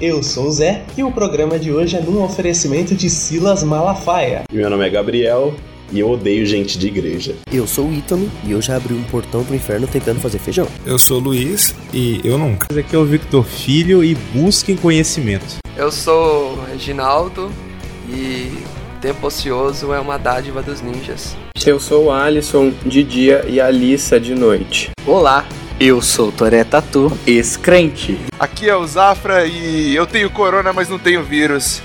Eu sou o Zé e o programa de hoje é num oferecimento de Silas Malafaia. Meu nome é Gabriel e eu odeio gente de igreja. Eu sou o Ítalo e eu já abri um portão pro inferno tentando fazer feijão. Eu sou o Luiz e eu nunca. Esse aqui é o Victor Filho e busquem conhecimento. Eu sou o Reginaldo e tempo ocioso é uma dádiva dos ninjas. Eu sou o Alisson de dia e a Alissa de noite. Olá, eu sou o Toré Tatu, ex-crente. Aqui é o Zafra e eu tenho corona, mas não tenho vírus.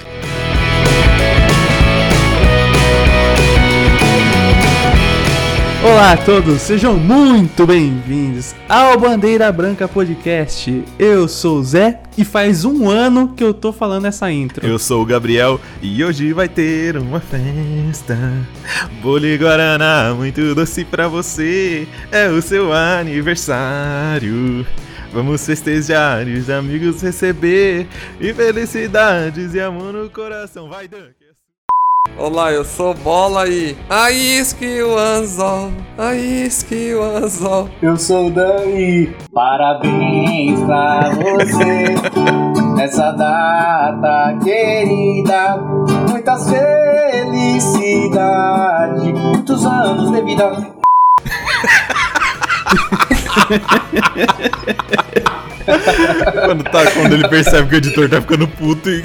Olá a todos, sejam muito bem-vindos ao Bandeira Branca Podcast. Eu sou o Zé e faz um ano que eu tô falando essa intro. Eu sou o Gabriel e hoje vai ter uma festa. Bole Guaraná, muito doce pra você, é o seu aniversário. Vamos festejar e os amigos receber, e felicidades e amor no coração. Vai, Dan! é assim. Olá, eu sou Bola e. Aisque o anzol, aisque o anzol. Eu sou o Dan e. Parabéns pra você nessa data querida. Muitas felicidades, muitos anos de vida. Quando, tá, quando ele percebe que o editor tá ficando puto e.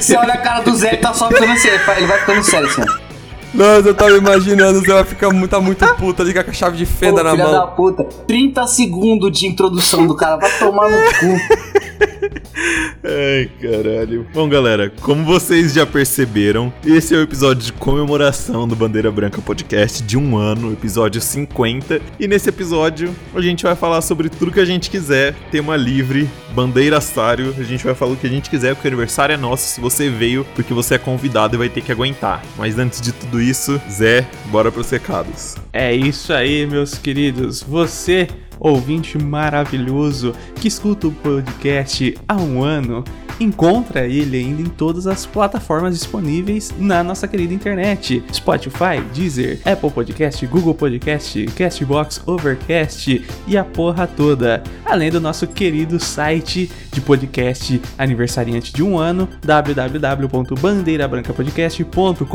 Você olha a cara do Zé, ele tá só ficando assim, ele vai ficando sério assim. Nossa, eu tava imaginando, você vai ficar muito, tá muito puta, liga com a chave de fenda Ô, na filha mão. da puta, 30 segundos de introdução do cara, vai tomar no cu. Ai, caralho. Bom, galera, como vocês já perceberam, esse é o episódio de comemoração do Bandeira Branca Podcast de um ano, episódio 50. E nesse episódio, a gente vai falar sobre tudo que a gente quiser, tema livre, bandeira sário. A gente vai falar o que a gente quiser, porque o aniversário é nosso. Se você veio, porque você é convidado e vai ter que aguentar. Mas antes de tudo isso, Zé, bora pros recados. É isso aí, meus queridos. Você, ouvinte maravilhoso, que escuta o podcast há um ano, encontra ele ainda em todas as plataformas disponíveis na nossa querida internet: Spotify, Deezer, Apple Podcast, Google Podcast, Castbox, Overcast e a porra toda. Além do nosso querido site de podcast aniversariante de um ano,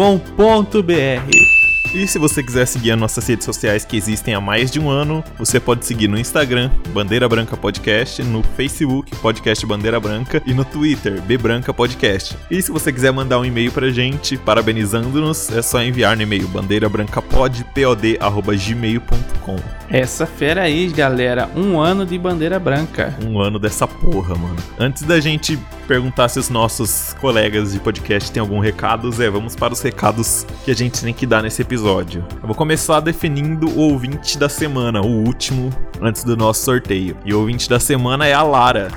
www.bandeirabrancapodcast.com.br. E se você quiser seguir as nossas redes sociais que existem há mais de um ano, você pode seguir no Instagram, Bandeira Branca Podcast, no Facebook, Podcast Bandeira Branca, e no Twitter, B Branca Podcast. E se você quiser mandar um e-mail pra gente, parabenizando-nos, é só enviar no e-mail bandeirabrancapod.pod.gmail.com. Essa fera aí, galera. Um ano de bandeira branca. Um ano dessa porra, mano. Antes da gente perguntar se os nossos colegas de podcast têm algum recado, Zé, vamos para os recados que a gente tem que dar nesse episódio. Eu vou começar definindo o ouvinte da semana, o último, antes do nosso sorteio. E o ouvinte da semana é a Lara.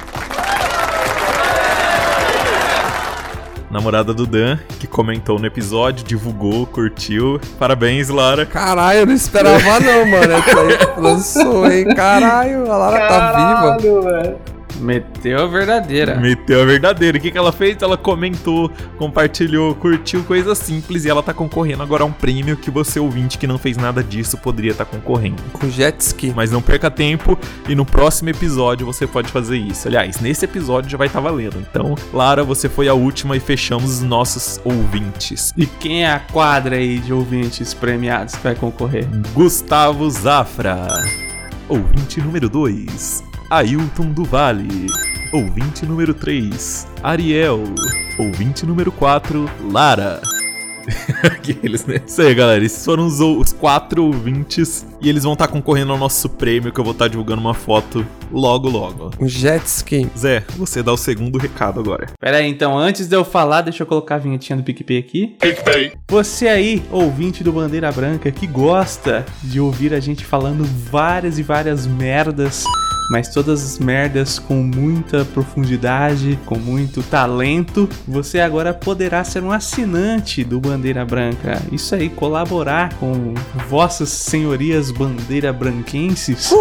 Namorada do Dan, que comentou no episódio, divulgou, curtiu. Parabéns, Lara. Caralho, eu não esperava não, mano. Essa aí lançou, hein? Caralho, a Lara tá viva. Caralho, velho. Meteu a verdadeira. Meteu a verdadeira. O que, que ela fez? Ela comentou, compartilhou, curtiu, coisa simples. E ela tá concorrendo agora a um prêmio que você, ouvinte, que não fez nada disso, poderia estar concorrendo. Com jet ski. Mas não perca tempo e no próximo episódio você pode fazer isso. Aliás, nesse episódio já vai estar valendo. Então, Lara, você foi a última e fechamos os nossos ouvintes. E quem é a quadra aí de ouvintes premiados que vai concorrer? Gustavo Zafra. Ouvinte número 2, Ailton do Vale. Ouvinte número 3, Ariel. Ouvinte número 4, Lara. Aqueles, né? Isso aí, galera. Esses foram os, ou- os quatro ouvintes. E eles vão estar concorrendo ao nosso prêmio, que eu vou estar divulgando uma foto logo, logo. Com jet ski. Zé, você dá o segundo recado agora. Pera aí, então, antes de eu falar, deixa eu colocar a vinhetinha do PicPay aqui. Você aí, ouvinte do Bandeira Branca, que gosta de ouvir a gente falando várias e várias merdas, mas todas as merdas com muita profundidade, com muito talento, você agora poderá ser um assinante do Bandeira Branca. Isso aí, colaborar com vossas senhorias bandeira branquenses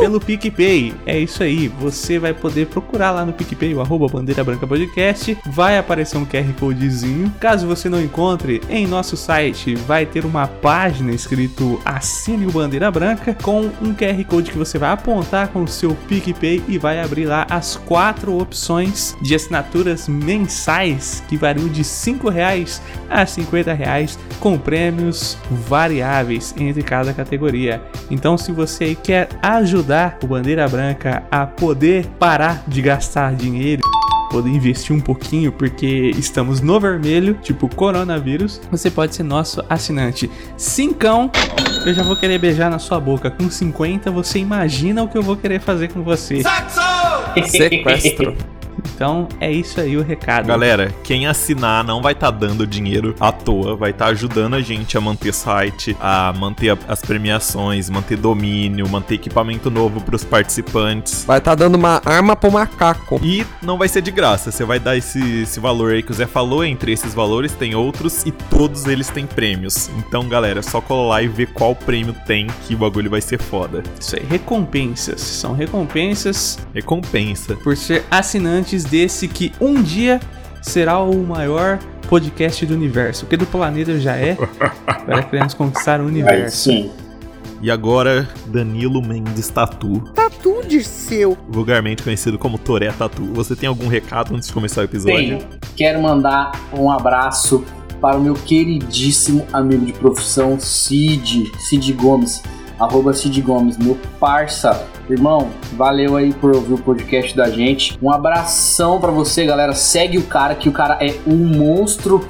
pelo PicPay. É isso aí, você vai poder procurar lá no PicPay, o arroba Bandeira Branca Podcast, vai aparecer um QR Codezinho. Caso você não encontre, em nosso site vai ter uma página escrito Assine o Bandeira Branca com um QR Code que você vai apontar com o seu PicPay e vai abrir lá as quatro opções de assinaturas mensais que variam de R$ 5 reais a R$ 50 reais com prêmios variáveis entre cada categoria. Então, se você aí quer ajudar o Bandeira Branca a poder parar de gastar dinheiro, poder investir um pouquinho, porque estamos no vermelho, tipo coronavírus, você pode ser nosso assinante. Cincão, eu já vou querer beijar na sua boca. Com 50, você imagina o que eu vou querer fazer com você. Sequestro. Então é isso aí o recado. Galera, quem assinar não vai estar dando dinheiro à toa, vai estar ajudando a gente a manter site, a manter a- as premiações, manter domínio, manter equipamento novo pros participantes. Vai estar dando uma arma pro macaco. E não vai ser de graça, você vai dar esse, esse valor aí que o Zé falou, entre esses valores tem outros e todos eles têm prêmios. Então, galera, é só colar lá e ver qual prêmio tem, que o bagulho vai ser foda. Isso aí, recompensas. São recompensas Recompensa. por ser assinantes desse que um dia será o maior podcast do universo. Porque do planeta já é. Agora queremos conquistar o Aí universo. sim. E agora, Danilo Mendes Tatu, Tatu de seu. vulgarmente conhecido como Toré Tatu. Você tem algum recado antes de começar o episódio? Tenho. Quero mandar um abraço para o meu queridíssimo amigo de profissão, Cid, Cid Gomes, arroba Cid Gomes, meu parça. Irmão, valeu aí por ouvir o podcast da gente. Um abração pra você, galera. Segue o cara, que o cara é um monstro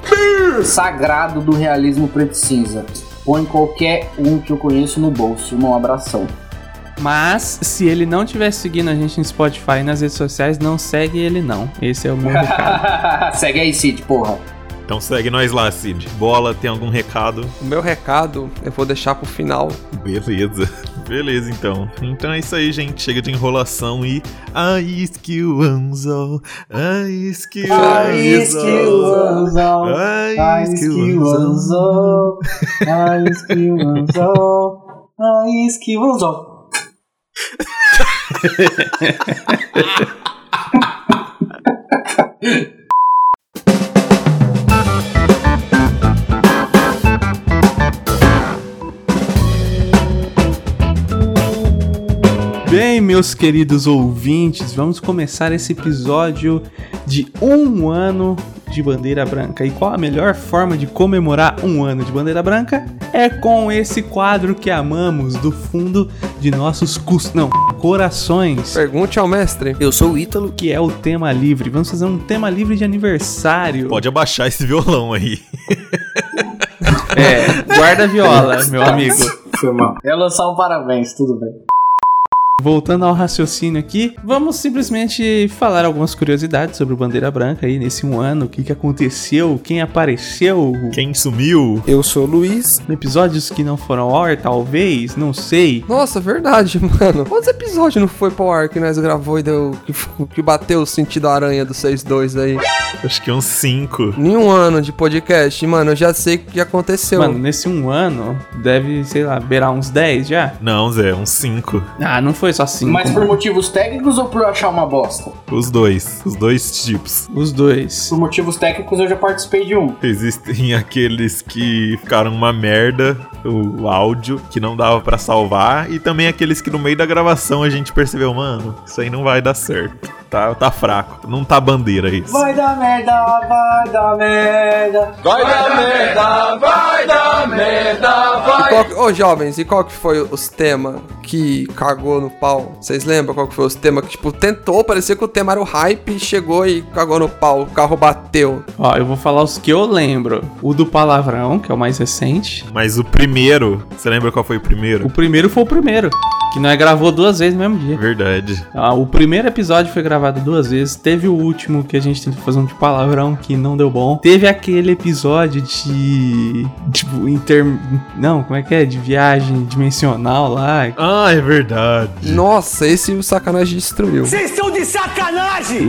sagrado do realismo preto e cinza. Põe qualquer um que eu conheço no bolso. Irmão, abração. Mas se ele não estiver seguindo a gente no Spotify e nas redes sociais, não segue ele não. Esse é o meu recado. Segue aí, Cid, porra. Então segue nós lá, Cid. Bola, tem algum recado? O meu recado eu vou deixar pro final. Beleza. Beleza, então. Então é isso aí, gente. Chega de enrolação e... Aí que o anzol, aí que o anzol, aí que o anzol. Esquilanzol, a esquilanzol, a esquilanzol. Bem, meus queridos ouvintes, vamos começar esse episódio de um ano de Bandeira Branca. E qual a melhor forma de comemorar um ano de Bandeira Branca? É com esse quadro que amamos do fundo de nossos cus... não, corações. Pergunte ao mestre. Eu sou o Ítalo. Que é o tema livre. Vamos fazer um tema livre de aniversário. Pode abaixar esse violão aí. É, guarda a viola, meu amigo. Foi mal. Eu lançar um parabéns, tudo bem. Voltando ao raciocínio aqui, vamos simplesmente falar algumas curiosidades sobre o Bandeira Branca aí nesse um ano, o que, que aconteceu, quem apareceu, Quem sumiu? Eu sou o Luiz. episódios que não foram ao ar, talvez, não sei. Nossa, verdade, mano. Quantos episódios não foi pro ar que nós gravou e deu. que, que bateu o sentido aranha do 6-2 aí? Acho que é uns cinco. Nenhum ano de podcast, mano. Eu já sei o que aconteceu. Então- Mano, nesse um ano, deve, sei lá, beirar uns 10 já. Não, Zé, uns cinco. Ah, não foi só 5. Mas por motivos técnicos ou por achar uma bosta? Os dois. Os dois tipos. Os dois. Por motivos técnicos eu já participei de um. Existem aqueles que ficaram uma merda, o áudio que não dava pra salvar, e também aqueles que no meio da gravação a gente percebeu, mano, isso aí não vai dar certo. Tá, tá fraco, não tá bandeira isso. Vai dar merda, vai dar merda. Vai dar merda, vai dar merda, E qual que- Ô, jovens, e qual que foi os temas que cagou no pau? Vocês lembram qual que foi os temas que, tipo, tentou, parecia que o tema era o hype, chegou e cagou no pau, o carro bateu. Ó, eu vou falar os que eu lembro. O do palavrão, que é o mais recente. Mas o primeiro, você lembra qual foi o O primeiro? primeiro foi o primeiro, que nós gravou duas vezes no mesmo dia. Verdade. Ah, o primeiro episódio foi gravado duas vezes. Teve o último que a gente tentou fazer um de palavrão que não deu bom. Teve aquele episódio de. Tipo, inter. Não, como é que é? De viagem dimensional lá. Ah, é verdade. Nossa, esse o sacanagem destruiu.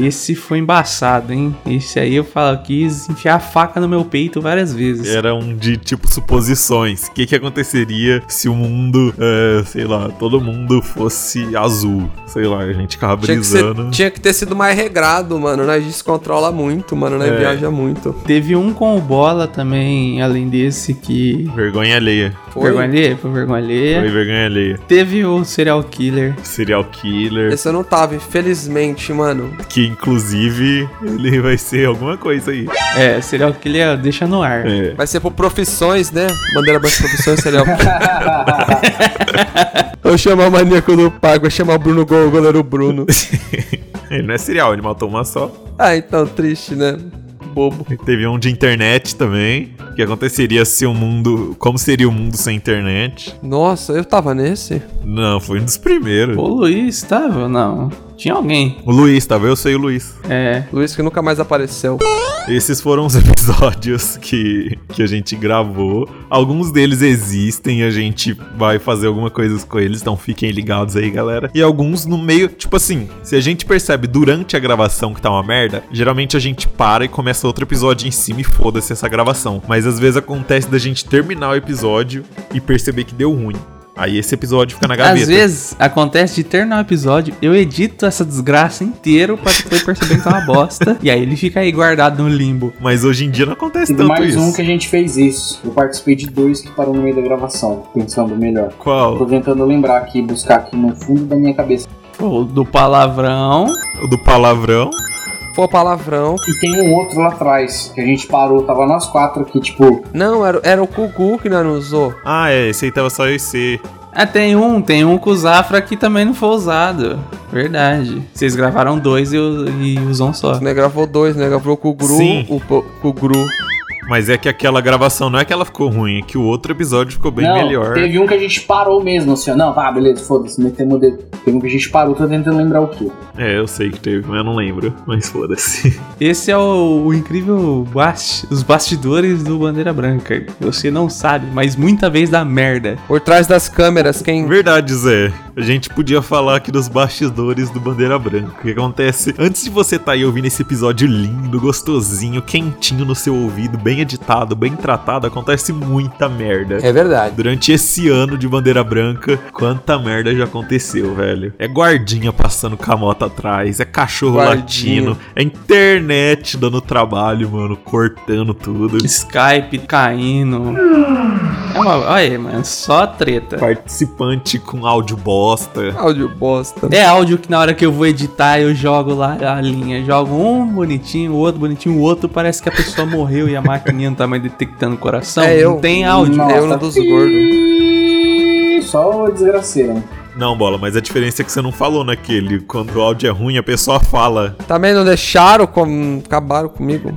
Esse foi embaçado, hein? Esse aí eu falo, eu quis enfiar a faca no meu peito várias vezes. Era um de tipo suposições. O que, que aconteceria se o mundo, é, sei lá, todo mundo fosse azul? Sei lá, a gente ficava Tinha que, ser- brisando. tinha que ter sido mais regrado, mano. Nós descontrola muito, mano. Nós É. viaja muito. Teve um com o Bola também, além desse, que Vergonha alheia. Foi? Vergonha alheia? Foi vergonha É. alheia. Foi vergonha alheia. Teve o serial killer. Serial killer. Esse eu não tava, infelizmente, mano. Que inclusive ele vai ser alguma coisa aí. É, serial killer deixa no ar. É. Vai ser por profissões, né? Bandeira Branca Profissões Serial Killer. Eu chamar o maníaco do Pago, eu chamar o Bruno Gol, o goleiro Bruno. Ele não é serial, ele matou uma só. ah, então, triste, né? Bobo. E Teve um de internet também. O que aconteceria se o mundo. Como seria o mundo sem internet? Nossa, eu tava nesse? Não, foi um dos primeiros. O Luiz tava? Não. Tinha alguém. O Luiz, tava eu sei o Luiz. É. Luiz que nunca mais apareceu. Esses foram os episódios que, que a gente gravou. Alguns deles existem, a gente vai fazer alguma coisa com eles, então fiquem ligados aí, galera. E alguns no meio, tipo assim, se a gente percebe durante a gravação que tá uma merda, geralmente a gente para e começa outro episódio em cima e foda-se essa gravação. Mas às vezes acontece da gente terminar o episódio e perceber que deu ruim. Aí esse episódio fica na gaveta. Às vezes acontece de terminar o episódio, eu edito essa desgraça inteiro pra depois perceber que tá uma bosta. e aí ele fica aí guardado no limbo. Mas hoje em dia não acontece Teve tanto mais isso. um que a gente fez isso. Eu participei de dois que parou no meio da gravação, pensando melhor. Tô Qual? tentando lembrar aqui, buscar aqui no fundo da minha cabeça. O do palavrão. O do palavrão. Pô, palavrão. E tem um outro lá atrás, que a gente parou, tava nós quatro aqui, tipo, Não, era, era o Gugu que não usou. Ah, é, esse aí tava só eu e você. Ah, tem um, tem um com o Zafra que também não foi usado. Verdade. Vocês gravaram dois e, u- e usam um só. Né, gravou dois, né? Gravou com o Gru, Sim. o po- com o Gru. Mas é que aquela gravação não é que ela ficou ruim, é que o outro episódio ficou bem não, melhor. teve um que a gente parou mesmo, assim, ó, não, tá, beleza, foda-se, metemos o dedo. Teve um que a gente parou, tô tentando lembrar o que. É, eu sei que teve, mas eu não lembro. Mas foda-se. Esse é o, o incrível bast os bastidores do Bandeira Branca. Você não sabe, mas muita vez dá merda. Por trás das câmeras, quem Verdade, Zé. A gente podia falar aqui dos bastidores do Bandeira Branca. O que acontece? Antes de você tá aí ouvindo esse episódio lindo, gostosinho, quentinho no seu ouvido, bem editado, bem tratado, acontece muita merda. É verdade. Durante esse ano de bandeira branca, quanta merda já aconteceu, velho. É guardinha passando camota atrás, é cachorro Guardinha. latino, é internet dando trabalho, mano, cortando tudo. Skype caindo. É uma, olha aí, mano, só treta. Participante com áudio bosta. Áudio bosta. É áudio que na hora que eu vou editar eu jogo lá a linha. Jogo um bonitinho, o outro bonitinho, o outro parece que a pessoa morreu e a maquininha não tá mais detectando o coração. É, eu- Não tem áudio. Nossa. Eu não dos gordos. E só o desgraceiro. né? Não, bola, mas a diferença é que você não falou naquele. Quando o áudio é ruim, a pessoa fala. Também não deixaram, com... acabaram comigo.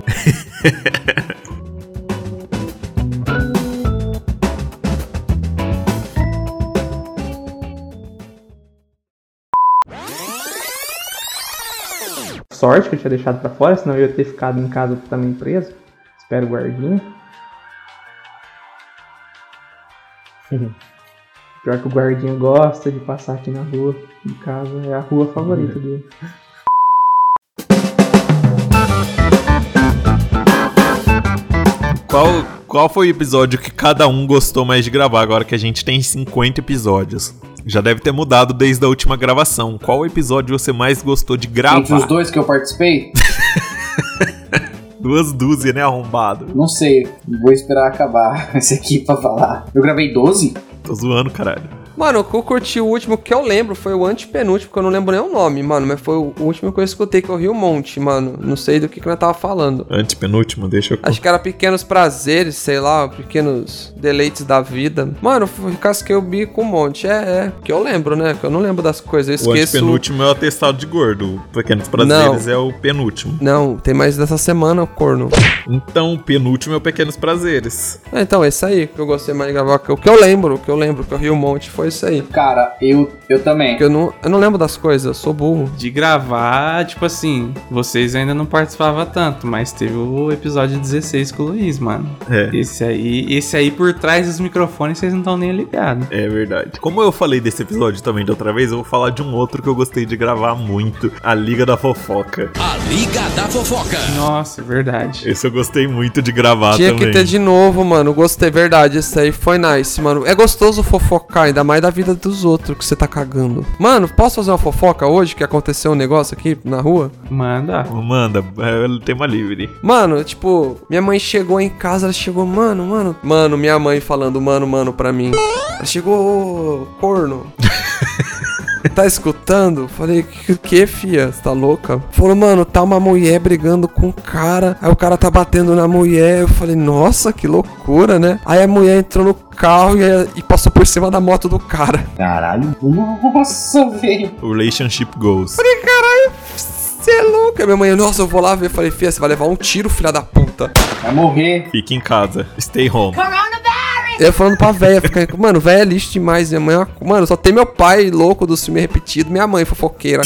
Sorte que eu tinha deixado pra fora, senão eu ia ter ficado em casa também preso. Espero o guardinha. Pior que o guardinha gosta de passar aqui na rua, em casa, é a rua favorita dele. Qual, qual foi o episódio que cada um gostou mais de gravar, agora que a gente tem 50 episódios? Já deve ter mudado desde a última gravação. Qual episódio você mais gostou de Entre os gravar? dois que eu participei, Duas dúzias, né, arrombado? não sei, vou esperar acabar esse aqui pra falar. Eu gravei 12? Tô zoando, caralho. Mano, o que eu curti o último que eu lembro foi o antepenúltimo, que eu não lembro nem o nome, mano. Mas foi o último que eu escutei, que eu ri um monte, mano. Não sei do que que nós tava falando. Antepenúltimo, deixa eu... Acho que era pequenos prazeres, sei lá, pequenos deleites da vida. Mano, eu fui- casquei o bico um monte. É, é. Que eu lembro, né? Que eu não lembro das coisas. O Eu esqueço. antepenúltimo é o atestado de gordo. O Pequenos Prazeres é o penúltimo. Não, tem mais dessa semana, o corno. Então, o penúltimo é o Pequenos Prazeres. É, então, esse aí que eu gostei mais de gravar. que- O que eu lembro, o que eu lembro, que eu ri um monte, foi isso aí. Cara, eu, eu também. Que eu não, eu não lembro das coisas, eu sou burro. De gravar, tipo assim, vocês ainda não participavam tanto, mas teve o episódio 16 com o Luiz, mano. É. Esse aí, esse aí por trás dos microfones vocês não estão nem ligados. É verdade. Como eu falei desse episódio também da outra vez, eu vou falar de um outro que eu gostei de gravar muito: A Liga da Fofoca. A Liga da Liga da Fofoca. Nossa, é verdade. Esse eu gostei muito de gravar Tinha Ah, também. que ter de novo, mano. Gostei, verdade. Isso aí foi nice, mano. É gostoso fofocar, ainda mais da vida dos outros que você tá cagando. Mano, posso fazer uma fofoca hoje que aconteceu um negócio aqui na rua? Manda. Manda, é tema livre. Mano, tipo, minha mãe chegou em casa, ela chegou, mano, mano. Mano, minha mãe falando, mano, mano, pra mim. Ela chegou, "Ô, corno. Tá escutando? Falei, que, que fia? Você tá louca? Falou, mano, tá uma mulher brigando com um cara. Aí o cara tá batendo na mulher. Eu falei, nossa, que loucura, né? Aí a mulher entrou no carro e, e passou por cima da moto do cara. Caralho. Nossa, velho. Relationship Goals. Falei, caralho, você é louca. Minha mãe, nossa, eu vou lá ver. Falei, fia, você vai levar um tiro, filha da puta. Vai morrer. Fique em casa. Stay home. Eu falando pra véia, fica, mano, véia é lixo demais, minha mãe. é uma- Mano, só tem meu pai louco do filme repetido, minha mãe fofoqueira.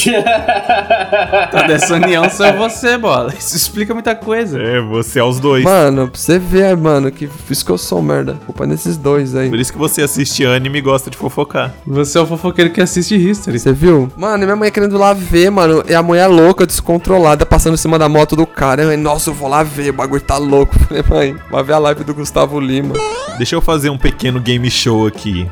Tá dessa união só você, bola. Isso explica muita coisa. É, você é os dois. Mano, pra você ver, mano, que por isso que eu sou um merda. Culpa nesses dois aí. Por isso que você assiste anime e gosta de fofocar. Você é o fofoqueiro que assiste History. Você viu? Mano, e minha mãe é querendo ir lá ver, mano. E a mulher louca, descontrolada, passando em cima da moto do cara. Eu, nossa, eu vou lá ver, o bagulho tá louco. Falei, mãe, vai ver a live do Gustavo Lima. Deixa eu fazer um pequeno game show aqui.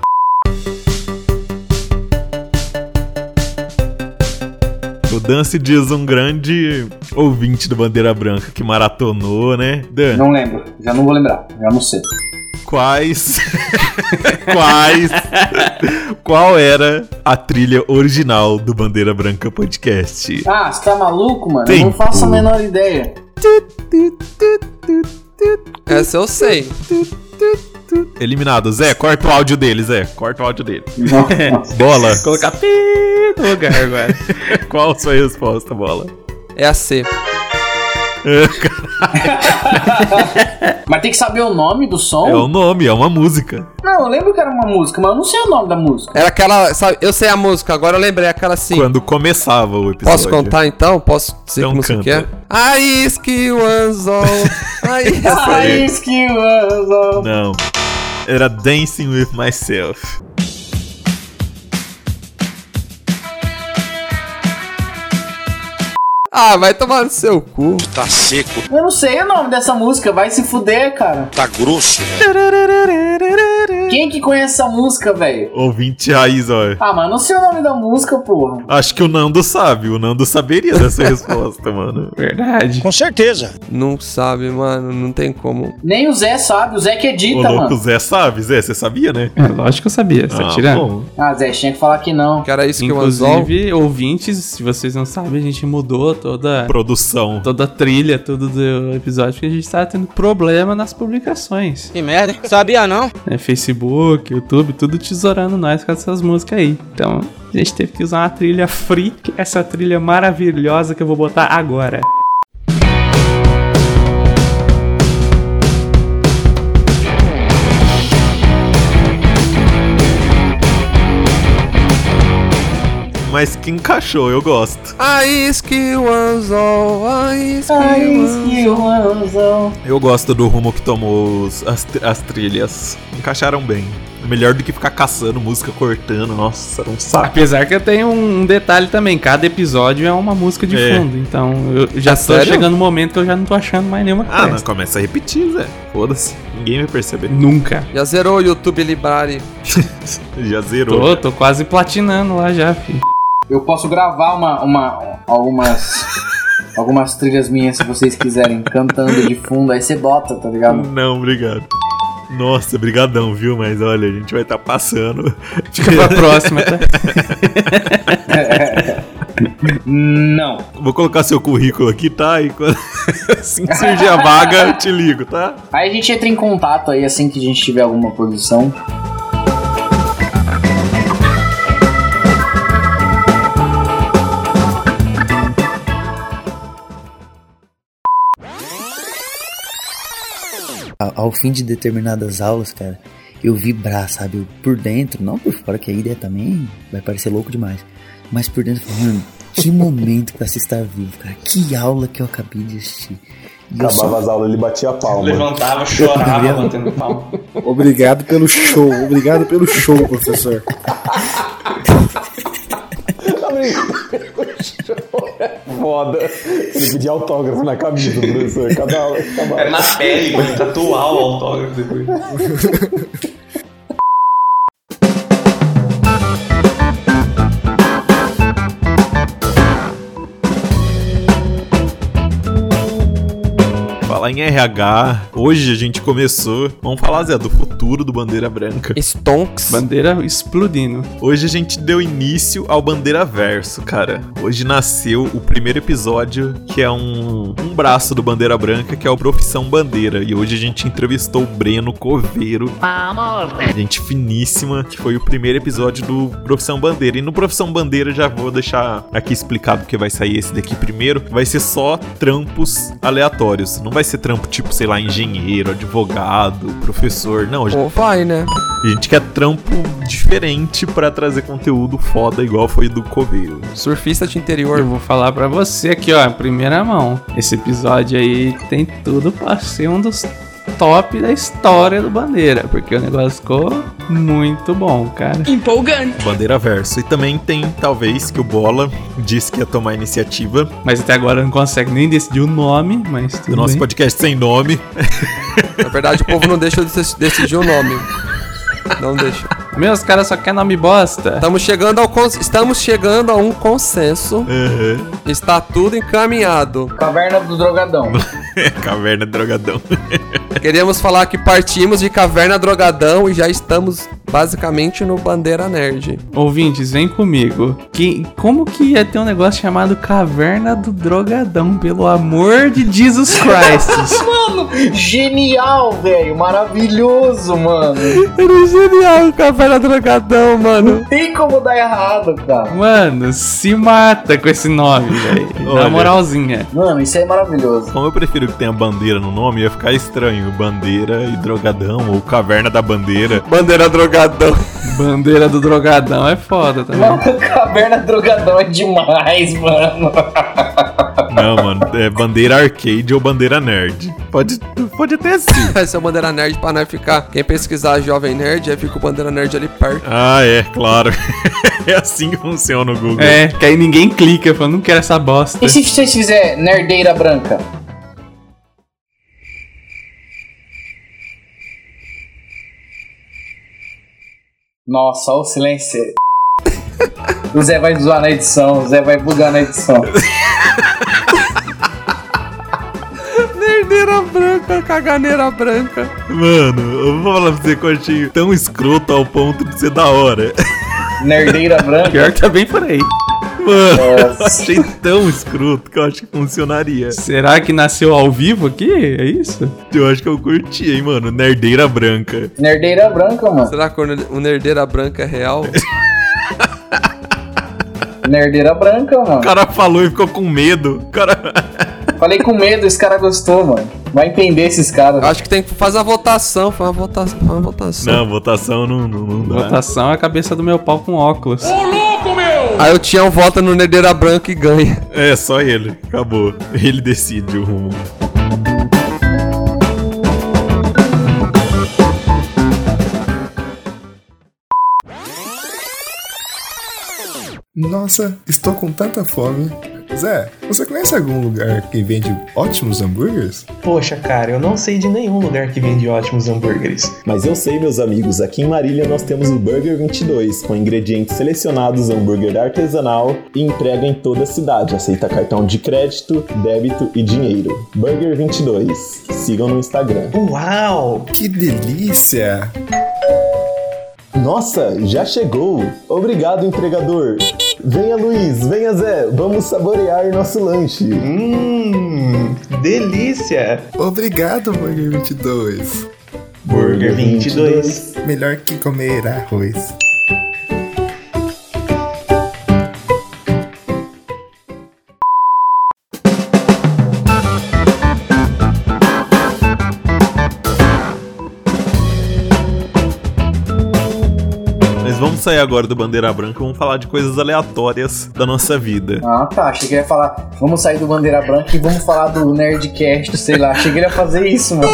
O Dance Dias, um grande ouvinte do Bandeira Branca que maratonou, né? Dan, Não lembro. Já não vou lembrar. Já não sei. quais. quais. Qual era a trilha original do Bandeira Branca Podcast? Ah, você tá maluco, mano? Eu não Tempo. faço a menor ideia. Essa eu sei. Eliminado. Zé, corta o áudio dele, Zé. Corta o áudio dele. Nossa. Bola, Colocar pi no lugar agora. qual a sua resposta, Bola? É a C. Mas tem que saber o nome do som? É o nome, é uma música. Não, eu lembro que era uma música, mas eu não sei o nome da música. Era aquela, sabe, eu sei a música, agora eu lembrei, aquela assim. Quando começava o episódio. Posso contar então? Posso dizer Então que música que é? canta. Aí, que o anzol. Aí, essa aí. Ai, esquiva. Não. Era Dancing with Myself. Ah, vai tomar no seu cu. Tá seco, Eu não sei o nome dessa música, vai se fuder, cara. tá grosso, né? Quem que conhece essa música, velho? Ouvinte raiz, ó. Ah, mano, não sei o nome da música, porra. Acho que o Nando sabe. O Nando saberia dessa resposta, mano. É Verdade. Com certeza. Não sabe, mano, não tem como. Nem o Zé sabe, o Zé que O edita, louco mano. Zé sabe, Zé. Você sabia, né? É, lógico que eu sabia, Então, você tá Ah, tirando. bom. Ah, Zé, tinha que falar que não. Que era isso que o anzol. Inclusive, ouvintes, se vocês não sabem, a gente mudou toda, Produção. toda a trilha, tudo do episódio, porque a gente tava tendo problema nas publicações. Que merda, hein? Sabia não? Né? Facebook, YouTube, tudo tesourando nós com essas músicas aí. Então, a gente teve que usar uma trilha free, que é essa trilha maravilhosa que eu vou botar agora. Mas que encaixou, eu gosto. Aí, que o anzol. Aí, que o anzol. Eu gosto do rumo que tomou os- as, tr- as trilhas. Encaixaram bem. Melhor do que ficar caçando música, cortando. Nossa, era um saco. Apesar que eu tenho um um detalhe também, cada episódio é uma música de É. fundo, então eu já Ah, É tô sério? chegando no momento que eu já não tô achando mais nenhuma Ah, não, festa. começa a repetir, Zé. Foda-se. Ninguém vai perceber. Nunca. Já zerou o YouTube Librari. Já zerou. Tô, tô quase platinando lá já, filho. Eu posso gravar uma, uma, algumas, algumas trilhas minhas, se vocês quiserem, cantando de fundo, aí você bota, tá ligado? Não, obrigado. Nossa, brigadão, viu? Mas olha, a gente vai estar passando. Fica pra próxima, tá? Não. Vou colocar seu currículo aqui, tá? E quando assim que surgir a vaga, eu te ligo, tá? Aí a gente entra em contato aí assim que a gente tiver alguma posição. A- Ao fim de determinadas aulas, cara, eu vibrar, sabe? Eu, por dentro, não por fora, que a ideia também vai parecer louco demais. Mas por dentro, mano, que momento pra se estar vivo, cara. Que aula que eu acabei de assistir. E eu Acabava só... as aulas, ele batia a palma. Levantava, chorava, batendo palma. Obrigado pelo show, obrigado pelo show, professor. Foda. Você pedir autógrafo na camisa do professor. Cada aula. Cada É na pele, mano, tatuar o autógrafo depois. Falar em RH, hoje a gente começou. Vamos falar, Zé, do futuro do Bandeira Branca. Stonks. Bandeira explodindo. Hoje a gente deu início ao Bandeira Verso, cara. Hoje nasceu o primeiro episódio, que é um, um braço do Bandeira Branca, que é o Profissão Bandeira. E hoje a gente entrevistou o Breno Coveiro. Gente finíssima, que foi o primeiro episódio do Profissão Bandeira. E no Profissão Bandeira já vou deixar aqui explicado porque vai sair esse daqui primeiro. Vai ser só trampos aleatórios. Não vai ser trampo tipo, sei lá, engenheiro, advogado, professor. Não, Ou vai, né? a gente quer trampo diferente pra trazer conteúdo foda igual foi do Coveiro. Surfista de interior. Eu vou falar pra você aqui, ó, em primeira mão. Esse episódio aí tem tudo pra ser um dos top da história do Bandeira, porque o negócio ficou muito bom, cara. Empolgante. Bandeira Verso. E também tem, talvez, que o Bola disse que ia tomar a iniciativa. Mas até agora não consegue nem decidir o nome, mas tudo do nosso bem. podcast sem nome. Na verdade, o povo não deixa eu deci- decidir o nome. Não deixa. Meus caras só querem nome bosta. Estamos chegando ao cons- estamos chegando a um consenso. Está tudo encaminhado. Caverna do Drogadão. É, Caverna Drogadão. Queríamos falar que partimos de Caverna Drogadão e já estamos basicamente no Bandeira Nerd. Ouvintes, vem comigo. Que, como que ia ter um negócio chamado Caverna do Drogadão, pelo amor de Jesus Christ? mano, genial, velho. Maravilhoso, mano. Era um genial, Caverna Drogadão, mano. Tem como dar errado, cara. Mano, se mata com esse nome, velho. Na Olha. moralzinha. Mano, isso é maravilhoso. Como eu prefiro que tenha bandeira no nome, ia ficar estranho. Bandeira e drogadão, ou caverna da bandeira. Bandeira drogadão. Bandeira do drogadão é foda também. Caverna do Drogadão é demais, mano. Não, mano, é bandeira arcade ou bandeira nerd. Pode, pode até sim. Esse é o Bandeira Nerd pra nós ficar. Quem pesquisar Jovem Nerd, aí fica o Bandeira Nerd ali perto. Ah, é, claro. é assim que funciona o Google. É, que aí ninguém clica, falando, não quero essa bosta. E se vocês fizer Nerdeira Branca? Nossa, olha o silêncio. O Zé vai zoar na edição, o Zé vai bugar na edição. Nerdeira branca, caganeira branca. Mano, eu vou falar pra você que eu achei tão escroto ao ponto de ser da hora. Nerdeira branca. Pior que tá bem por aí. Mano, eu achei tão escroto que eu acho que funcionaria. Será que nasceu ao vivo aqui? É isso? Eu acho que eu curti, hein, mano. Nerdeira branca. Nerdeira branca, mano. Será que o ner- o Nerdeira branca é real? Nerdeira branca, O mano. cara falou e ficou com medo. O cara. Falei com medo, esse cara gostou, mano. Vai entender esses caras. Acho que tem que fazer a votação. Faz uma votação. Faz uma votação. Não, votação não, não, não dá. Votação é a cabeça do meu pau com óculos. Aí o Tião vota no Nerdeira branca e ganha. É, só ele. Acabou. Ele decide o rumo. Nossa, estou com tanta fome. Zé, você conhece algum lugar que vende ótimos hambúrgueres? Poxa, cara, eu não sei de nenhum lugar que vende ótimos hambúrgueres. Mas eu sei, meus amigos, aqui em Marília nós temos o Burger 22, com ingredientes selecionados, hambúrguer artesanal e entrega em toda a cidade. Aceita cartão de crédito, débito e dinheiro. Burger 22. Sigam no Instagram. Uau! Que delícia! Nossa, já chegou! Obrigado, entregador! Venha, Luiz, venha, Zé, vamos saborear nosso lanche. Hum, delícia! Obrigado, Burger 22. Burger 22. Melhor que comer arroz. Mas vamos sair agora do Bandeira Branca e vamos falar de coisas aleatórias da nossa vida. Ah tá, achei que ele ia falar, vamos sair do Bandeira Branca e vamos falar do Nerdcast, sei lá. Achei que ele ia fazer isso, mano.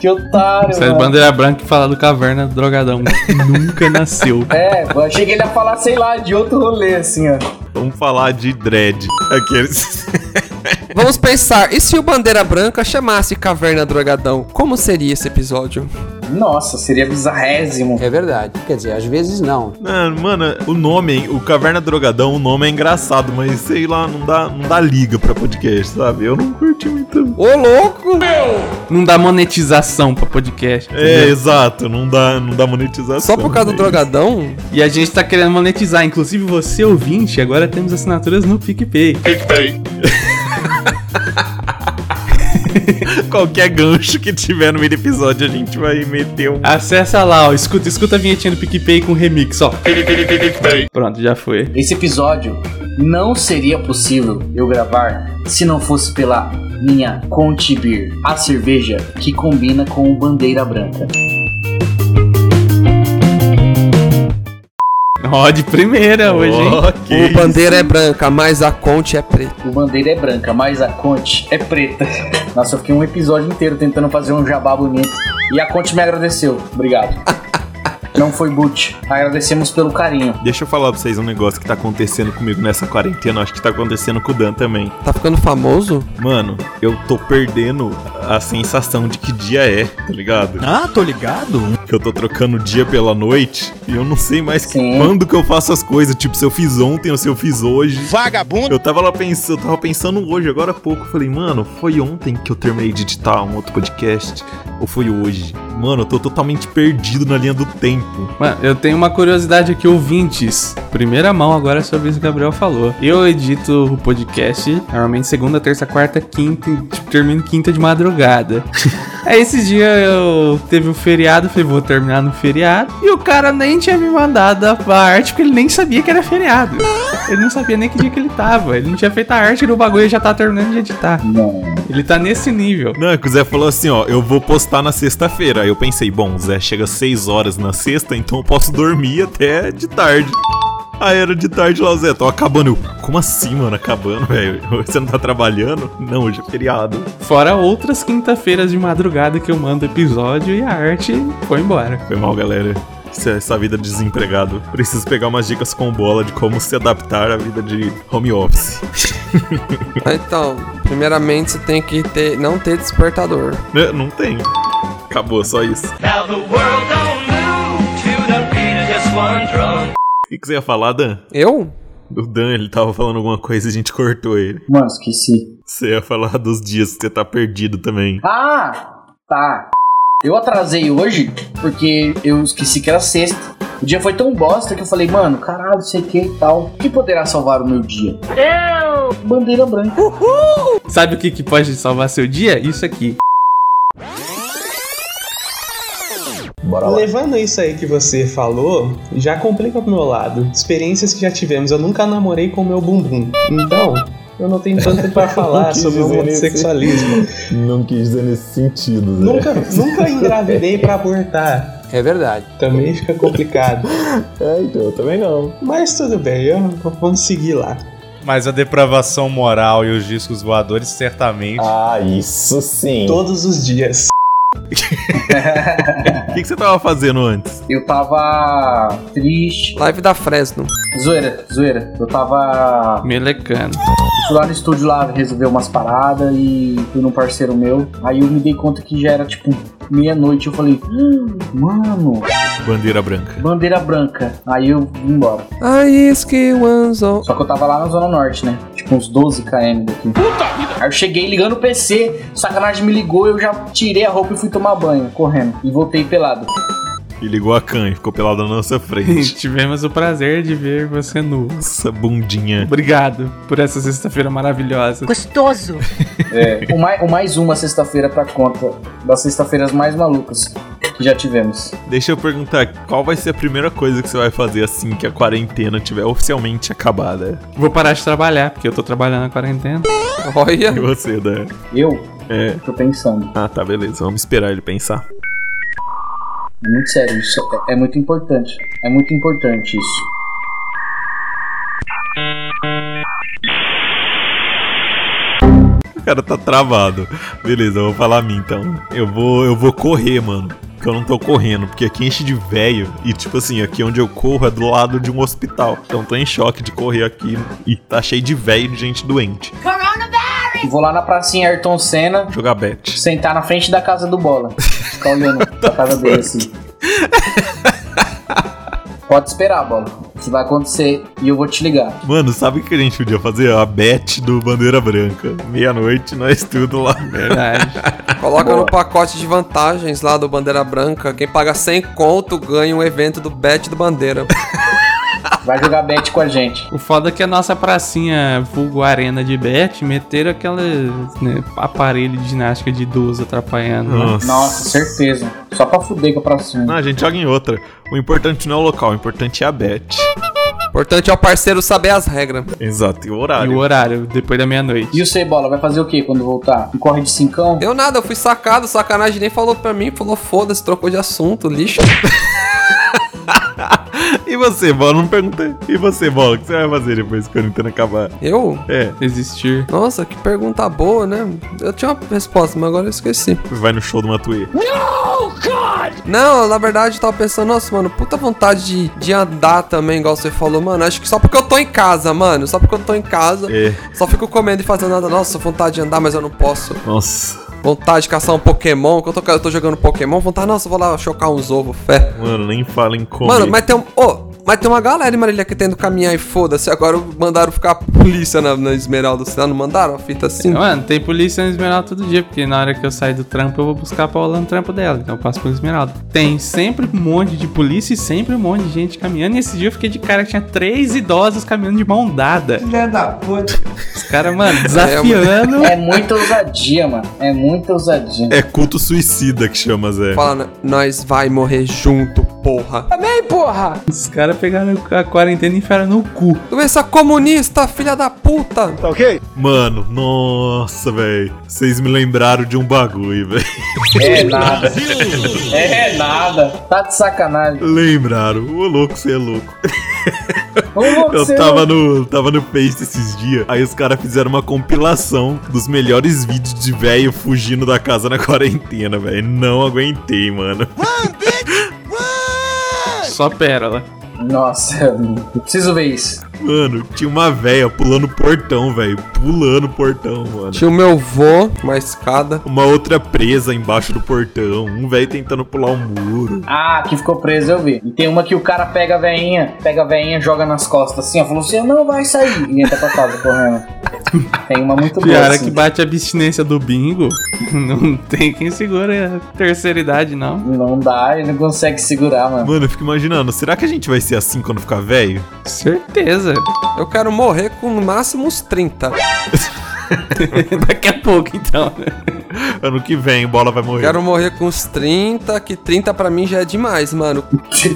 Que otário, Sai mano. bandeira branca e fala do caverna do drogadão. Nunca nasceu. É, eu achei que ele ia falar, sei lá, de outro rolê, assim, ó. Vamos falar de dread. Aqueles. Vamos pensar, e se o Bandeira Branca chamasse Caverna Drogadão? Como seria esse episódio? Nossa, seria bizarrésimo. É verdade. Quer dizer, às vezes não. Mano, mano, o nome, hein, o Caverna Drogadão, o nome é engraçado, mas sei lá, não dá, não dá liga pra podcast, sabe? Eu não curti muito. Ô, louco! Meu! Não dá monetização pra podcast. É, exato, não dá, não dá monetização. Só por causa do drogadão? E a gente tá querendo monetizar, inclusive você ouvinte, agora temos assinaturas no PicPay. PicPay. Qualquer gancho que tiver no meio do episódio, a gente vai meter um. Acessa lá, ó, escuta, escuta a vinhetinha do PicPay com remix, ó. Pronto, já foi. Esse episódio não seria possível eu gravar se não fosse pela minha Contibir, a cerveja que combina com o Bandeira Branca. Ó, de primeira hoje, hein? o Bandeira é branca, mas a Conte é preta. O Bandeira é branca, mas a Conte é preta. Nossa, eu fiquei um episódio inteiro tentando fazer um jabá bonito. E a Conte me agradeceu. Obrigado. Não foi boot. Agradecemos pelo carinho. Deixa eu falar pra vocês um negócio que tá acontecendo comigo nessa quarentena. Acho que tá acontecendo com o Dan também. Tá ficando famoso? Mano, eu tô perdendo a sensação de que dia é, tá ligado? Ah, tô ligado. Que eu tô trocando o dia pela noite e eu não sei mais que- quando que eu faço as coisas. Tipo, se eu fiz ontem ou se eu fiz hoje. Vagabundo! Eu tava lá pensando, eu tava pensando hoje, agora há pouco. Eu falei, mano, foi ontem que eu terminei de editar um outro podcast? Ou foi hoje? Mano, eu tô totalmente perdido na linha do tempo. Mano, eu tenho uma curiosidade aqui, ouvintes. Primeira mão agora é sobre isso que o Gabriel falou. Eu edito o podcast normalmente segunda, terça, quarta, quinta, e, tipo, termino quinta de madrugada. Aí esses dias eu teve um feriado, falei, vou terminar no feriado. E o cara nem tinha me mandado a arte porque ele nem sabia que era feriado. Ele não sabia nem que dia que ele tava. Ele não tinha feito a arte do bagulho e já tá terminando de editar. Ele tá nesse nível. Não, é que o Zé falou assim, ó, eu vou postar na sexta-feira. Aí eu pensei, bom, o Zé chega às 6 horas na sexta, então eu posso dormir até de tarde. Aí era de tarde lá, o Zé, tô acabando. Eu, como assim, mano, acabando, velho? Você não tá trabalhando? Não, hoje é feriado. Fora outras quinta-feiras de madrugada que eu mando episódio e a arte foi embora. Foi mal, galera. Isso é Essa vida de desempregado. Preciso pegar umas dicas com bola de como se adaptar à vida de home office. Então, primeiramente você tem que ter, não ter despertador. Né, Não tem. Acabou, só isso. Now the world don't move to the beat of just one drum. O que que você ia falar, Dan? Eu? O Dan, ele tava falando alguma coisa e a gente cortou ele. Mano, esqueci. Você ia falar dos dias que você tá perdido também. Ah, tá. Eu atrasei hoje porque eu esqueci que era sexta. O dia foi tão bosta que eu falei, mano, caralho, sei que e tal. O que poderá salvar o meu dia? Eu! Bandeira branca. Sabe o que, que pode salvar seu dia? Isso aqui. Bora lá. Levando isso aí que você falou, já complica pro meu lado. Experiências que já tivemos. Eu nunca namorei com o meu bumbum. Então, eu não tenho tanto pra falar quis sobre o dizer homossexualismo. nesse- Não quis dizer nesse sentido, Zé. Nunca, nunca engravidei pra abortar. É verdade. Também fica complicado. É, então, eu também não. Mas tudo bem, eu, vamos seguir lá. Mas a depravação moral e os discos voadores, certamente. Ah, isso sim. Todos os dias. O que, que você tava fazendo antes? Eu tava triste. Live da Fresno. Zoeira, zoeira. Eu tava Melecano. Fui lá no estúdio lá resolver umas paradas e fui num parceiro meu. Aí eu me dei conta que já era tipo meia-noite. Eu falei, "Hum, mano, Bandeira branca. bandeira branca. Aí eu vim embora. Aí que Wanzo. Só que eu tava lá na Zona Norte, né? Tipo uns 12 km daqui. Puta vida! Aí eu cheguei ligando o PC, o sacanagem me ligou, eu já tirei a roupa e fui tomar banho, correndo. E voltei pelado. E ligou a cã e ficou pelado na nossa frente. Tivemos o prazer de ver você nu. Essa bundinha. Obrigado por essa sexta-feira maravilhosa. Gostoso! É, o mais, o mais uma sexta-feira pra conta das sextas-feiras mais malucas que já tivemos. Deixa eu perguntar, qual vai ser a primeira coisa que você vai fazer assim que a quarentena tiver oficialmente acabada? Vou parar de trabalhar, porque eu tô trabalhando na quarentena. Olha. E você, Dan? Eu? É. Tô pensando. Ah, tá, beleza. Vamos esperar ele pensar. É muito sério, isso é, é muito importante. É muito importante isso. O cara tá travado. Beleza, eu vou falar a mim então. Eu vou, eu vou correr, mano. que eu não tô correndo, porque aqui enche de véio e, tipo assim, aqui onde eu corro é do lado de um hospital. Então tô em choque de correr aqui e tá cheio de véio e de gente doente. Vou lá na pracinha Ayrton Senna. Jogar bet. Sentar na frente da casa do Bola. Ficar olhando Tá pra casa dele assim. Pode esperar, Bola. Isso vai acontecer e eu vou te ligar. Mano, sabe o que a gente podia fazer? A bet do Bandeira Branca. Meia-noite, nós tudo lá. Verdade. Coloca no pacote de vantagens lá do Bandeira Branca. Quem paga 100 conto ganha um evento do Bet do Bandeira. Vai jogar bet com a gente. O foda é que a nossa pracinha vulgo arena de bet meteram aquele né, aparelho de ginástica de idoso atrapalhando. né? Nossa. Nossa, certeza. Só pra fuder com a pracinha. Não, a gente joga em outra. O importante não é o local, o importante é a bet. Importante é o parceiro saber as regras. Exato, e o horário. E o horário, depois da meia-noite. E o Cebola vai fazer o que quando voltar? Um corre de cincão? Deu nada, eu fui sacado, sacanagem nem falou pra mim, falou foda-se, trocou de assunto, lixo. E você, bola? Não perguntei. E você, bola? O que você vai fazer depois que a Nintendo acabar? Eu? É. Existir. Nossa, que pergunta boa, né? Eu tinha uma resposta, mas agora eu esqueci. Vai no show do Matuê. Não, na verdade eu tava pensando, nossa, mano, puta vontade de, de andar também, igual você falou, mano. Acho que só porque eu tô em casa, mano. Só porque eu tô em casa. É. Só fico comendo e fazendo nada. Nossa, vontade de andar, mas eu não posso. Nossa. Vontade de caçar um Pokémon. Quando eu tô, eu tô jogando Pokémon, vontade, nossa, eu vou lá chocar uns ovos, fé. Mano, nem fala em comer. Mano, mas tem um. Ô, mas tem uma galera em Marília que tendo caminhar e foda-se. Agora mandaram ficar a polícia na, na Esmeralda. Vocês não mandaram a fita assim? Mano, tem polícia na Esmeralda todo dia, porque na hora que eu saio do trampo eu vou buscar a Paula no trampo dela, então eu passo pela Esmeralda. Tem sempre um monte de polícia e sempre um monte de gente caminhando. E esse dia eu fiquei de cara que tinha três idosos caminhando de mão dada. Filha da puta. Os caras, mano, desafiando. É muita ousadia, mano. É muita ousadia. É culto suicida que chama, Zé. Falando, nós vai morrer junto, porra. Também, porra! Os caras pegaram a quarentena e enfiaram no cu. Doença comunista, filha da puta! Tá ok? Mano, nossa, velho. Vocês me lembraram de um bagulho, velho. É nada. É nada. Tá de sacanagem. Lembraram. Ô, louco, você é louco. Ô, louco, Eu você- tava no, tava no Face esses dias, aí os caras fizeram uma compilação dos melhores vídeos de velho fugindo da casa na quarentena, velho. Não aguentei, mano. Só pérola. Nossa, eu preciso ver isso. Mano, tinha uma véia pulando portão, velho. Pulando portão, mano. Tinha o meu vô, uma escada. Uma outra presa embaixo do portão. Um velho tentando pular um muro. Ah, que ficou preso, eu vi. E tem uma que o cara pega a veinha, pega a veinha, joga nas costas assim, ó, falou assim, não vai sair. E entra pra casa correndo. Tem uma muito boa. Piara é que assim. bate a abstinência do bingo. Não tem quem segura a terceira idade, não. Não dá, ele não consegue segurar, mano. Mano, eu fico imaginando, será que a gente vai ser assim quando ficar velho? Certeza. Eu quero morrer com no máximo uns 30. Daqui a pouco, então. Ano que vem, bola vai morrer. Quero morrer com uns 30, que 30 pra mim já é demais, mano.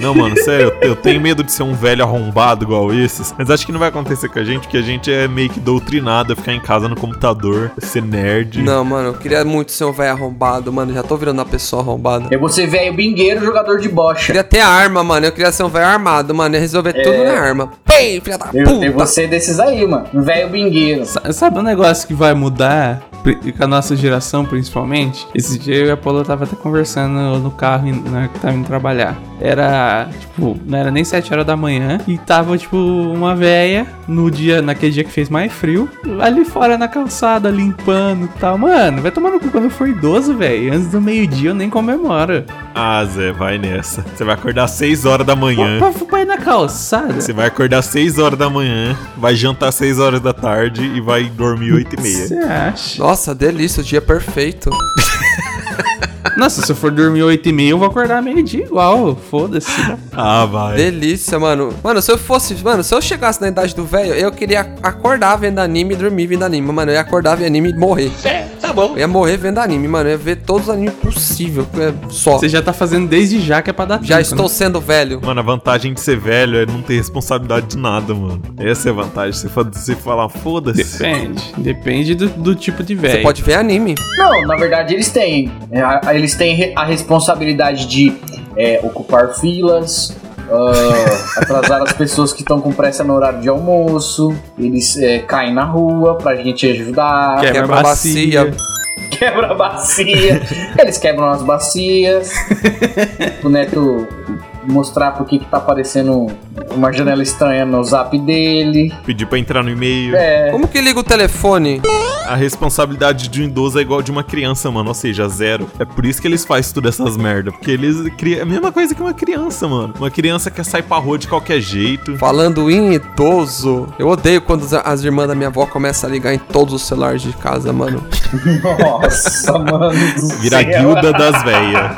Não, mano, sério, eu eu tenho medo de ser um velho arrombado igual esses. Mas acho que não vai acontecer com a gente, porque a gente é meio que doutrinado a ficar em casa no computador, ser nerd. Não, mano, eu queria muito ser um velho arrombado, mano. Já tô virando uma pessoa arrombada. Eu vou ser velho bingueiro, jogador de bocha. Eu queria ter arma, mano. Eu queria ser um velho armado, mano. Ia resolver tudo na arma. Pei, filha da Eu, eu vou puta. ser desses aí, mano. Um velho bingueiro. Sa- Sabe um negócio que vai mudar pri- com a nossa geração, principalmente? Esse dia eu e a Paula tava até conversando no carro in- na hora que tava indo trabalhar. Era, tipo, não era nem 7 horas da manhã e tava, tipo, uma véia no dia, naquele dia que fez mais frio, ali fora na calçada, limpando e tal. Mano, vai tomar no cu quando eu for idoso, velho. Antes do meio-dia eu nem comemoro. Ah, Zé, vai nessa. Você vai acordar às 6 horas da manhã. Pra, pra, pra ir na calçada. Você vai acordar às 6 horas da manhã, vai jantar às 6 horas da tarde e vai dormir 8 e meia. Você acha? Nossa, delícia, o dia perfeito. Nossa, se eu for dormir 8 e meia, eu vou acordar meio-dia igual. Foda-se. Ah, vai. Delícia, mano. Mano, se eu fosse. Mano, se eu chegasse na idade do velho, eu queria acordar vendo anime e dormir vendo anime. Mano, eu ia acordar vendo anime e morrer. É, tá bom. Eu ia morrer vendo anime, mano. Eu ia ver todos os animes possíveis. que é Só. Você já tá fazendo desde já que é pra dar Já tempo, estou né? sendo velho. Mano, a vantagem de ser velho é não ter responsabilidade de nada, mano. Essa é a vantagem. Você, fa- você falar, É. foda-se. Depende. Depende do, do tipo de Você velho. pode ver anime. Não, na verdade eles têm. É, a- Eles têm re- a responsabilidade de é, ocupar filas, ah, atrasar as pessoas que estão com pressa no horário de almoço, eles é, caem na rua pra gente ajudar, Quebra Quebra bacia. bacia. quebra a bacia. Eles quebram as bacias. o Neto mostrar por que que tá aparecendo uma janela estranha no zap dele. Pedir pra entrar no e-mail. É. Como que liga o telefone? A responsabilidade de um idoso é igual a de uma criança, mano. Ou seja, zero. É por isso que eles fazem tudo essas merda. Porque eles criam. É a mesma coisa que uma criança, mano. Uma criança quer sair pra rua de qualquer jeito. Falando em idoso, eu odeio quando as- as irmãs da minha avó começam a ligar em todos os celulares de casa, mano. Nossa, mano. do Vira a céu. guilda das velhas.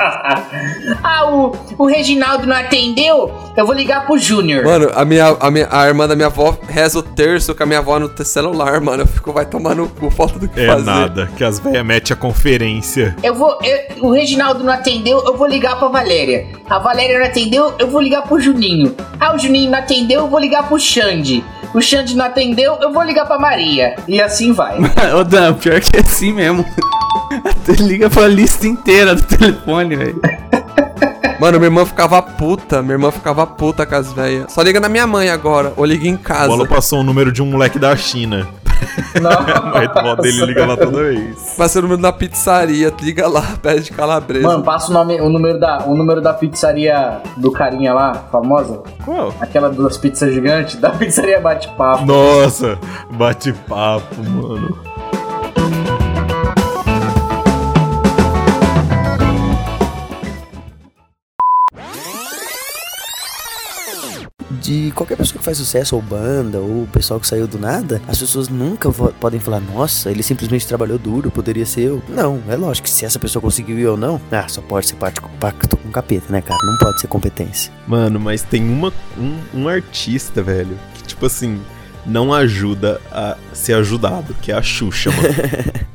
Ah, o, o Reginaldo não atendeu? Eu vou ligar pro Júnior. Mano, a minha, a minha a irmã da minha avó reza o terço com a minha avó no te- celular, mano. Eu fico, vai tomar no cu, falta do que É fazer. nada, que as velhas metem a conferência. Eu vou. eu- o Reginaldo não atendeu, eu vou ligar pra Valéria. A Valéria não atendeu, eu vou ligar pro Juninho. Ah, o Juninho não atendeu, eu vou ligar pro Xande. O Xande não atendeu, eu vou ligar pra Maria. E assim vai. Ô Dan, pior que é assim mesmo. Liga pra lista inteira do telefone, velho. Mano, minha irmã ficava puta, minha irmã ficava puta com as velhas. Só liga na minha mãe agora, ou liga em O casa. Bola passou o número de um moleque da China. Aí o vó dele liga lá toda vez. Vai ser o número da pizzaria, liga lá, pede calabresa. Mano, passa o, nome, o, número da, o número da pizzaria do carinha lá, famosa. Qual? Aquela das pizzas gigantes, da pizzaria bate-papo. Nossa, bate-papo, mano. de qualquer pessoa que faz sucesso, ou banda, ou pessoal que saiu do nada, as pessoas nunca vo- podem falar, nossa, ele simplesmente trabalhou duro, poderia ser eu. Não, é lógico que se essa pessoa conseguiu e eu não, ah, só pode ser pacto, pacto com capeta, né, cara? Não pode ser competência. Mano, mas tem uma, um, um artista, velho, que tipo assim, não ajuda a ser ajudado, que é a Xuxa, mano.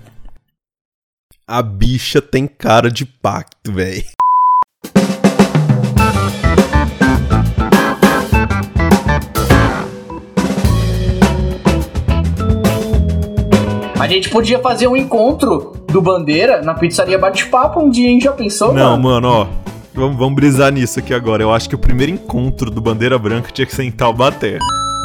a bicha tem cara de pacto, velho. A gente podia fazer um encontro do Bandeira na pizzaria bate-papo um dia, hein? Já pensou, Não, mano, ó. Vamos, vamos brisar nisso aqui agora. Eu acho que o primeiro encontro do Bandeira Branca tinha que ser em Taubaté.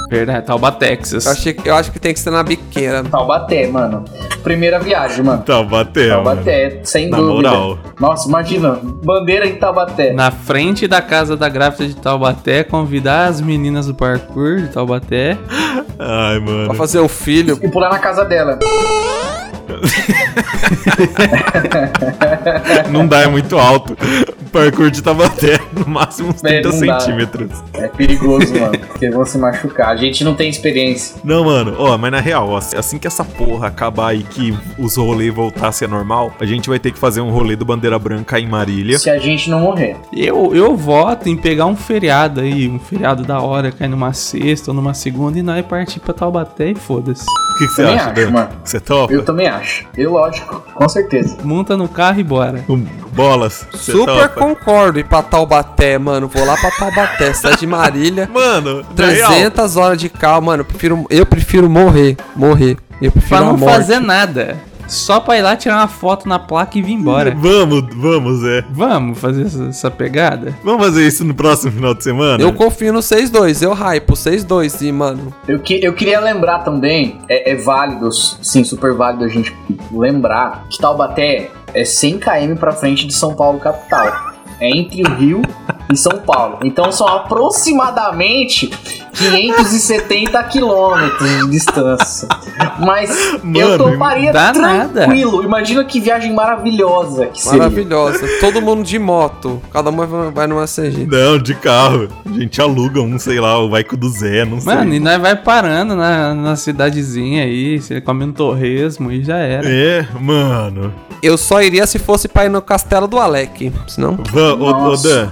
Verdade, Taubaté, Texas. Eu, achei, eu acho que tem que ser na biqueira. Taubaté, mano. Primeira viagem, mano. Taubaté, Taubaté, sem Na dúvida. moral. Nossa, imagina, bandeira em Taubaté. Na frente da casa da gráfica de Taubaté, convidar as meninas do parkour de Taubaté. Ai, mano. Pra fazer o filho. E pular na casa dela. Não dá, é muito alto. O parkour de Taubaté, no máximo uns É, 30 não dá. centímetros. É perigoso, mano. Porque vão se machucar. A gente não tem experiência. Não, mano, ó, mas na real, ó, assim que essa porra acabar e que os rolês voltassem a normal, a gente vai ter que fazer um rolê do Bandeira Branca em Marília. Se a gente não morrer. Eu, eu voto em pegar um feriado aí, um feriado da hora, cair numa sexta ou numa segunda e nós partir pra Taubaté e foda-se. O que que você Também acha, acho, Dan? mano. Você topa? Eu também acho. Eu, lógico, com certeza. Monta no carro e bora. Um, Bolas. você tá topa? Super concordo ir pra Taubaté, mano. Vou lá pra Taubaté, cidade de Marília. Mano, 300 horas de carro, mano. Eu prefiro, eu prefiro morrer. Morrer. Eu prefiro Pra a não morte. fazer nada. Só pra ir lá tirar uma foto na placa e vir embora. Vamos, vamos, é. Vamos fazer essa, essa pegada? Vamos fazer isso no próximo final de semana? Eu confio no 6-2, eu hypo 6-2 e, mano. Eu, que, eu queria lembrar também, é, é válido, sim, super válido a gente lembrar que Taubaté é 100 km pra frente de São Paulo capital. É entre o Rio e São Paulo. Então são aproximadamente 570 quilômetros de distância. Mas eu Mano, toparia dá tranquilo. Imagina que viagem maravilhosa que seria. Maravilhosa. Todo mundo de moto. Cada um vai- vai numa CG. Não, de carro. A gente aluga um, sei lá, o vai com o do Zé, não sei. Mano, e nós vai parando na, na cidadezinha aí, você come um torresmo e já era. É, mano. Eu só iria se fosse pra ir no castelo do Alec. Senão. Van, ô, ô Nossa. Dan,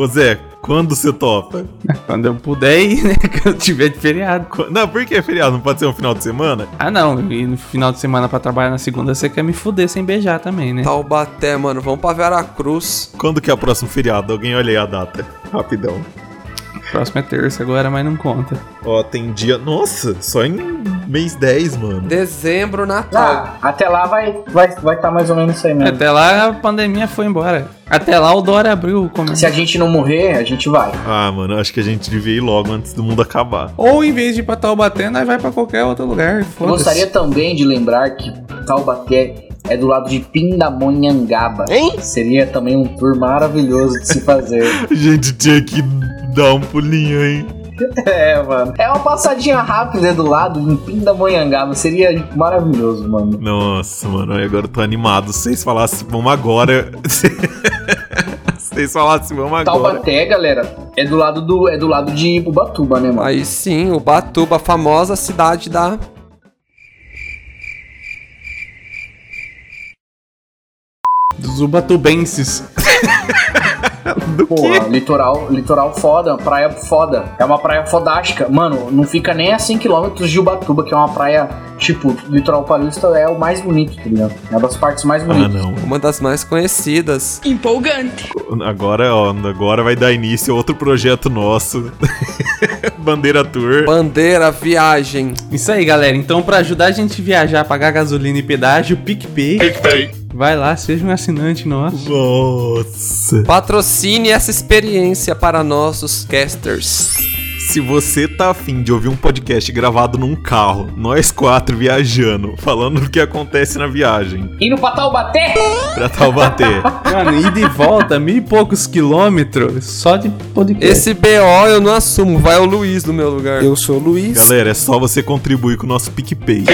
ô Zé, quando você topa? É. Quando eu puder ir, né? Quando tiver de feriado. Não, por que feriado? Não pode ser um final de semana? Ah não, e no final de semana pra trabalhar na segunda você quer me fuder sem beijar também, né? Taubaté, tá mano. Vamos pra Veracruz. Quando que é o próximo feriado? Alguém olha aí a data. Rapidão. Próximo é terça agora, mas não conta. Ó, tem dia. Nossa, só em mês 10, mano. Dezembro, Natal. Ah, até lá vai estar vai, vai tá mais ou menos isso aí mesmo. Até lá a pandemia foi embora. Até lá o Dora abriu o comércio. Se a gente não morrer, a gente vai. Ah, mano, acho que a gente devia ir logo antes do mundo acabar. Ou em vez de ir pra Taubaté, nós vai pra qualquer outro lugar. Eu foda-se. Gostaria também de lembrar que Taubaté é do lado de Pindamonhangaba. Hein? Seria também um tour maravilhoso de se fazer. Gente, tinha que dar um pulinho, hein? É, mano. É uma passadinha rápida é do lado em Pindamonhangaba. Seria maravilhoso, mano. Nossa, mano, agora eu tô animado. Se vocês falassem, vamos agora. Se vocês falassem, vamos agora. Taubaté, galera, é do lado do é do lado de Ubatuba, né, mano? Aí sim, Ubatuba, a famosa cidade da Dos ubatubenses. Porra, litoral, litoral foda, praia foda. É uma praia fodástica. Mano, não fica nem a 100km de Ubatuba, que é uma praia, tipo, litoral paulista é o mais bonito, tá ligado? É uma das partes mais Ah, bonitas. não. Uma das mais conhecidas. Empolgante. Agora, ó, agora vai dar início a outro projeto nosso. Bandeira Tour. Bandeira Viagem. Isso aí, galera. Então, pra ajudar a gente a viajar, a pagar gasolina e pedágio, PicPay. PicPay. Vai lá, seja um assinante nosso. Nossa. Patrocine essa experiência para nossos casters. Se você tá afim de ouvir um podcast gravado num carro, nós quatro viajando, falando do que acontece na viagem, E no Pataubaté? pra Taubaté. Mano, ida e volta, mil e poucos quilômetros só de podcast. Esse BO eu não assumo, vai o Luiz no meu lugar. Eu sou o Luiz. Galera, é só você contribuir com o nosso PicPay.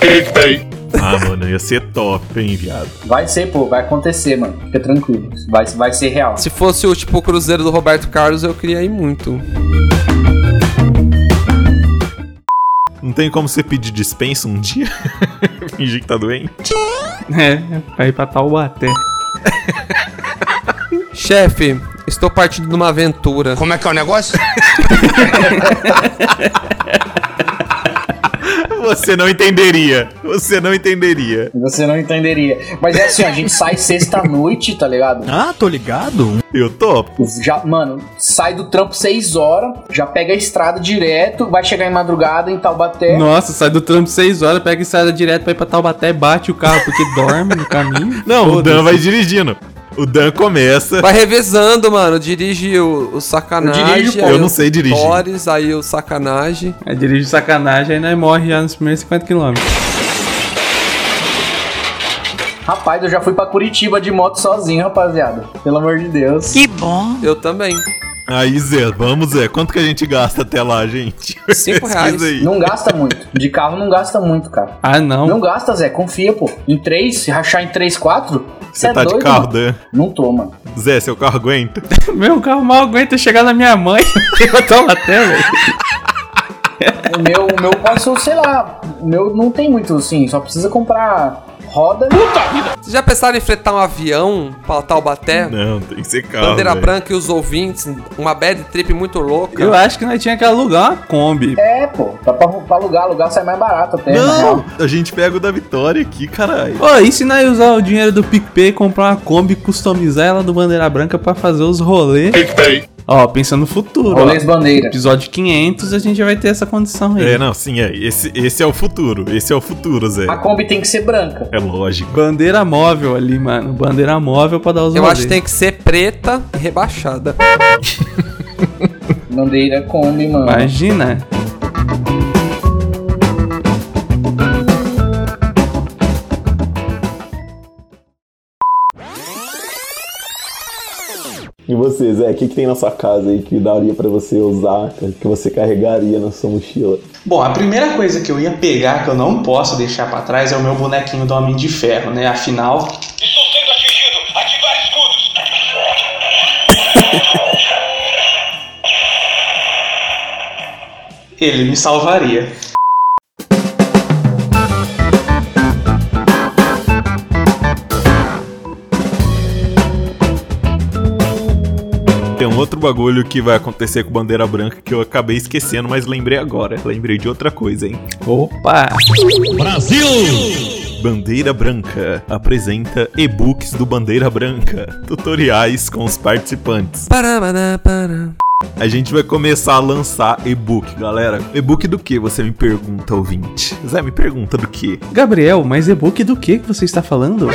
Ah, mano, ia ser top, hein, viado. Vai ser, pô, vai acontecer, mano. Fica tranquilo. Vai, vai ser real. Se fosse o tipo Cruzeiro do Roberto Carlos, eu queria ir muito. Não tem como você pedir dispensa um dia? Fingir que tá doente? É, vai ir pra Taubaté. Chefe, estou partindo numa aventura. Como é que é o negócio? Você não entenderia. Você não entenderia. Você não entenderia. Mas é assim, ó, a gente sai sexta-noite, tá ligado? Ah, tô ligado. Eu topo. Já, mano, sai do trampo 6 horas, já pega a estrada direto, vai chegar em madrugada em Taubaté. Nossa, sai do trampo 6 horas, pega a estrada direto pra ir pra Taubaté, bate o carro porque dorme no caminho. Não, o Foda-se. Dan vai dirigindo. O Dan começa. Vai revezando, mano. Dirige o, o sacanagem. Eu dirijo, pô. aí Eu não o sei dirigir. Torres, aí o sacanagem. Aí É, dirige sacanagem, aí nós morre já nos primeiros 50 km. Rapaz, eu já fui pra Curitiba de moto sozinho, rapaziada. Pelo amor de Deus. Que Ah. bom. Eu também. Aí, Zé, vamos, Zé. Quanto que a gente gasta até lá, gente? Cinco Pesquisa reais. aí. Não gasta muito. De carro não gasta muito, cara. Ah, não. Não gasta, Zé. Confia, pô. Em 3, se rachar em 3, 4, Você você é tá doido. de carro, mano. Dan? Não toma. Zé, seu carro aguenta? Meu carro mal aguenta chegar na minha mãe. Eu tava até, velho. O meu, o meu pode ser, sei lá. O meu não tem muito assim, só precisa comprar roda. Puta vida! Vocês já pensaram em fretar um avião pra Taubaté? Não, tem que ser carro. Bandeira velho. Branca e os ouvintes, uma bad trip muito louca. Eu acho que nós tinha que alugar uma Kombi. É, pô. Dá pra, pra alugar, alugar sai mais barato até. na real. Não! A gente pega o da vitória aqui, caralho. Ô, e se nós usar o dinheiro do PicPay e comprar uma Kombi e customizar ela do Bandeira Branca pra fazer os rolês? Ó, pensando no futuro. ó. Rolês bandeira. Episódio 500 a gente já vai ter essa condição aí. É, não, sim, é. Esse, esse é o futuro. Esse é o futuro, Zé. A Kombi tem que ser branca. É lógico. Bandeira móvel ali, mano. Bandeira móvel pra dar os Eu rolês. acho que tem que ser preta e rebaixada. Bandeira Kombi, mano. Imagina. E você, Zé, o que, que tem na sua casa aí que daria pra você usar, que você carregaria na sua mochila? Bom, a primeira coisa que eu ia pegar, que eu não posso deixar pra trás, é o meu bonequinho do Homem de Ferro, né? Afinal, ele me salvaria. Tem um outro bagulho que vai acontecer com Bandeira Branca que eu acabei esquecendo, mas lembrei agora. Lembrei de outra coisa, hein? Opa! Bandeira Branca apresenta e-books do Bandeira Branca, tutoriais com os participantes. Parabaná, pará. A gente vai começar a lançar e-book, galera. E-book do que? Você me pergunta, ouvinte. Zé, me pergunta do que? Gabriel, mas e-book do que que você está falando?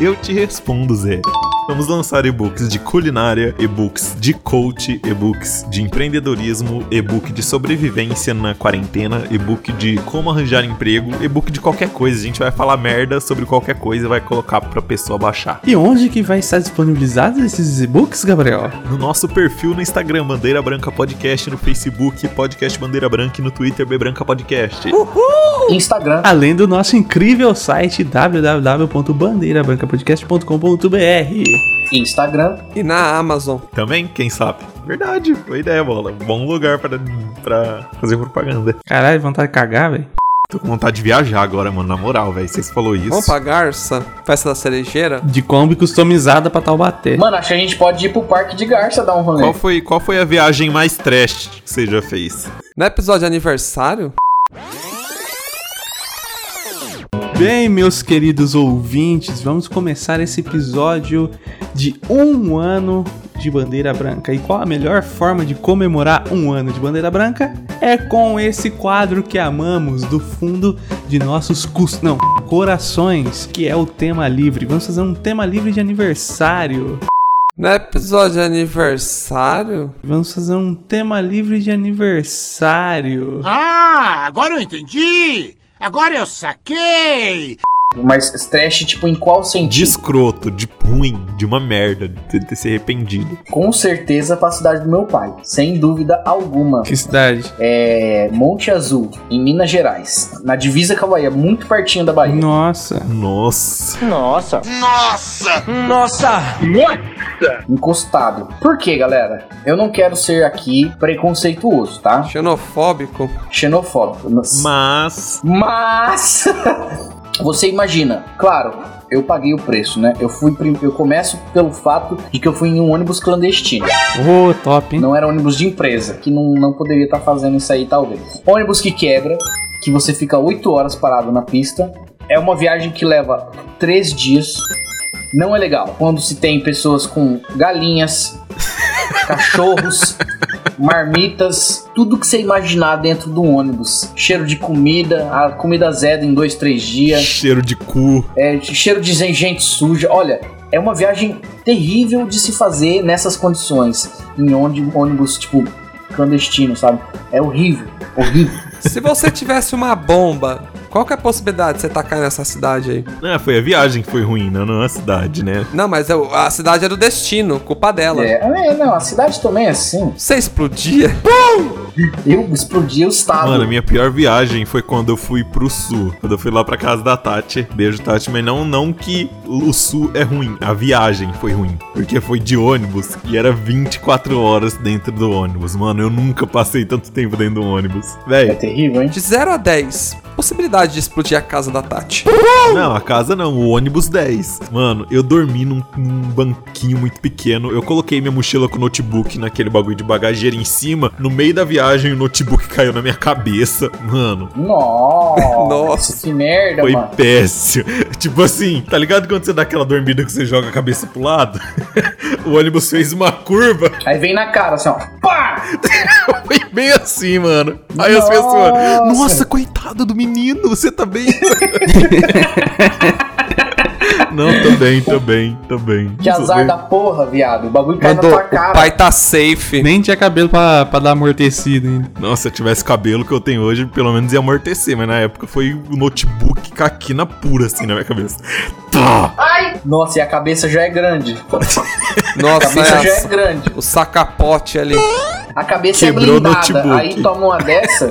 Eu te respondo, Zé. Vamos lançar e-books de culinária, e-books de coach, e-books de empreendedorismo, e-book de sobrevivência na quarentena, e-book de como arranjar emprego, e-book de qualquer coisa. A gente vai falar merda sobre qualquer coisa e vai colocar pra pessoa baixar. E onde que vai estar disponibilizados esses e-books, Gabriel? No nosso perfil no Instagram, Bandeira Branca Podcast, no Facebook, Podcast Bandeira Branca e no Twitter, B Branca Podcast. Uhul! Instagram. Além do nosso incrível site www.bandeirabrancapodcast.com.br. Instagram. E na Amazon. Também, quem sabe? Verdade, boa ideia, bola. Bom lugar pra, pra fazer propaganda. Caralho, vontade de cagar, velho. Tô com vontade de viajar agora, mano. Na moral, velho. Vocês falou isso. Vamos pra Garça? Festa da Cerejeira? De Kombi customizada pra Taubaté. Mano, acho que a gente pode ir pro parque de Garça dar um rolê. Qual foi, qual foi a viagem mais trash que você já fez? No é episódio de aniversário? Bem, meus queridos ouvintes, vamos começar esse episódio de um ano de bandeira branca. E qual a melhor forma de comemorar um ano de bandeira branca? É com esse quadro que amamos do fundo de nossos cus... não, corações, que é o tema livre. Vamos fazer um tema livre de aniversário. No é episódio de aniversário? Vamos fazer um tema livre de aniversário. Ah, agora eu entendi! Agora eu saquei! Mas trash, tipo, em qual sentido? De escroto, de ruim, de uma merda, de ter se arrependido. Com certeza pra cidade do meu pai, sem dúvida alguma. Que cidade? É. Monte Azul, em Minas Gerais. Na divisa com a Bahia, muito pertinho da Bahia. Nossa. Nossa. Nossa. Nossa! Nossa! Nossa! Encostado. Por quê, galera? Eu não quero ser aqui preconceituoso, tá? Xenofóbico. Xenofóbico. Mas. Mas. Você imagina, claro, eu paguei o preço, né? Eu fui eu começo pelo fato de que eu fui em um ônibus clandestino. Oh, top, hein? Não era ônibus de empresa, que não, não poderia estar tá fazendo isso aí, talvez. Ônibus que quebra, que você fica 8 horas parado na pista. É uma viagem que leva 3 dias. Não é legal quando se tem pessoas com galinhas, cachorros, marmitas, tudo que você imaginar dentro do ônibus. Cheiro de comida, a comida zeda em dois, três dias. Cheiro de cu. É, cheiro de gente suja. Olha, é uma viagem terrível de se fazer nessas condições. Em onde ônibus, tipo, clandestino, sabe? É horrível, horrível. se você tivesse uma bomba qual que é a possibilidade de você tacar nessa cidade aí? É, foi a viagem que foi ruim, não, não a cidade, né? Não, mas eu, a cidade era o destino, culpa dela. É, é, não, a cidade também é assim. Você explodia? Pum! Eu explodi o estado. Mano, a minha pior viagem foi quando eu fui pro sul. Quando eu fui lá pra casa da Tati. Beijo, Tati. Mas não, não que o sul é ruim. A viagem foi ruim. Porque foi de ônibus e era 24 horas dentro do ônibus. Mano, eu nunca passei tanto tempo dentro do ônibus. Véi. É terrível, hein? De 0 a 10, possibilidade de explodir a casa da Tati. Não, a casa não, o ônibus 10. Mano, eu dormi num, num banquinho muito pequeno. Eu coloquei minha mochila com o notebook naquele bagulho de bagageira em cima. No meio da viagem viagem, o notebook caiu na minha cabeça, mano. Nossa, Nossa que merda, foi mano. péssimo. Tipo assim, tá ligado quando você dá aquela dormida que você joga a cabeça pro lado? o ônibus fez uma curva. Aí vem na cara, assim, ó. Pá! foi bem assim, mano. Aí Nossa. as pessoas, "Nossa, coitado do menino, você tá bem?" Não, tô bem, tô bem, tô bem. Tipo, Que azar tá? da porra, viado. O bagulho cai Mandou, na tua cara. O pai tá safe. Nem tinha cabelo pra, pra dar amortecido ainda. Nossa, se eu tivesse cabelo que eu tenho hoje, pelo menos ia amortecer. Mas na época foi o notebook caquina pura, assim, na minha cabeça. Tá! Ai! Nossa, e a cabeça já é grande. Nossa, a cabeça é já é grande. O sacapote ali. A cabeça Quebrou é blindada. Aí toma uma dessa...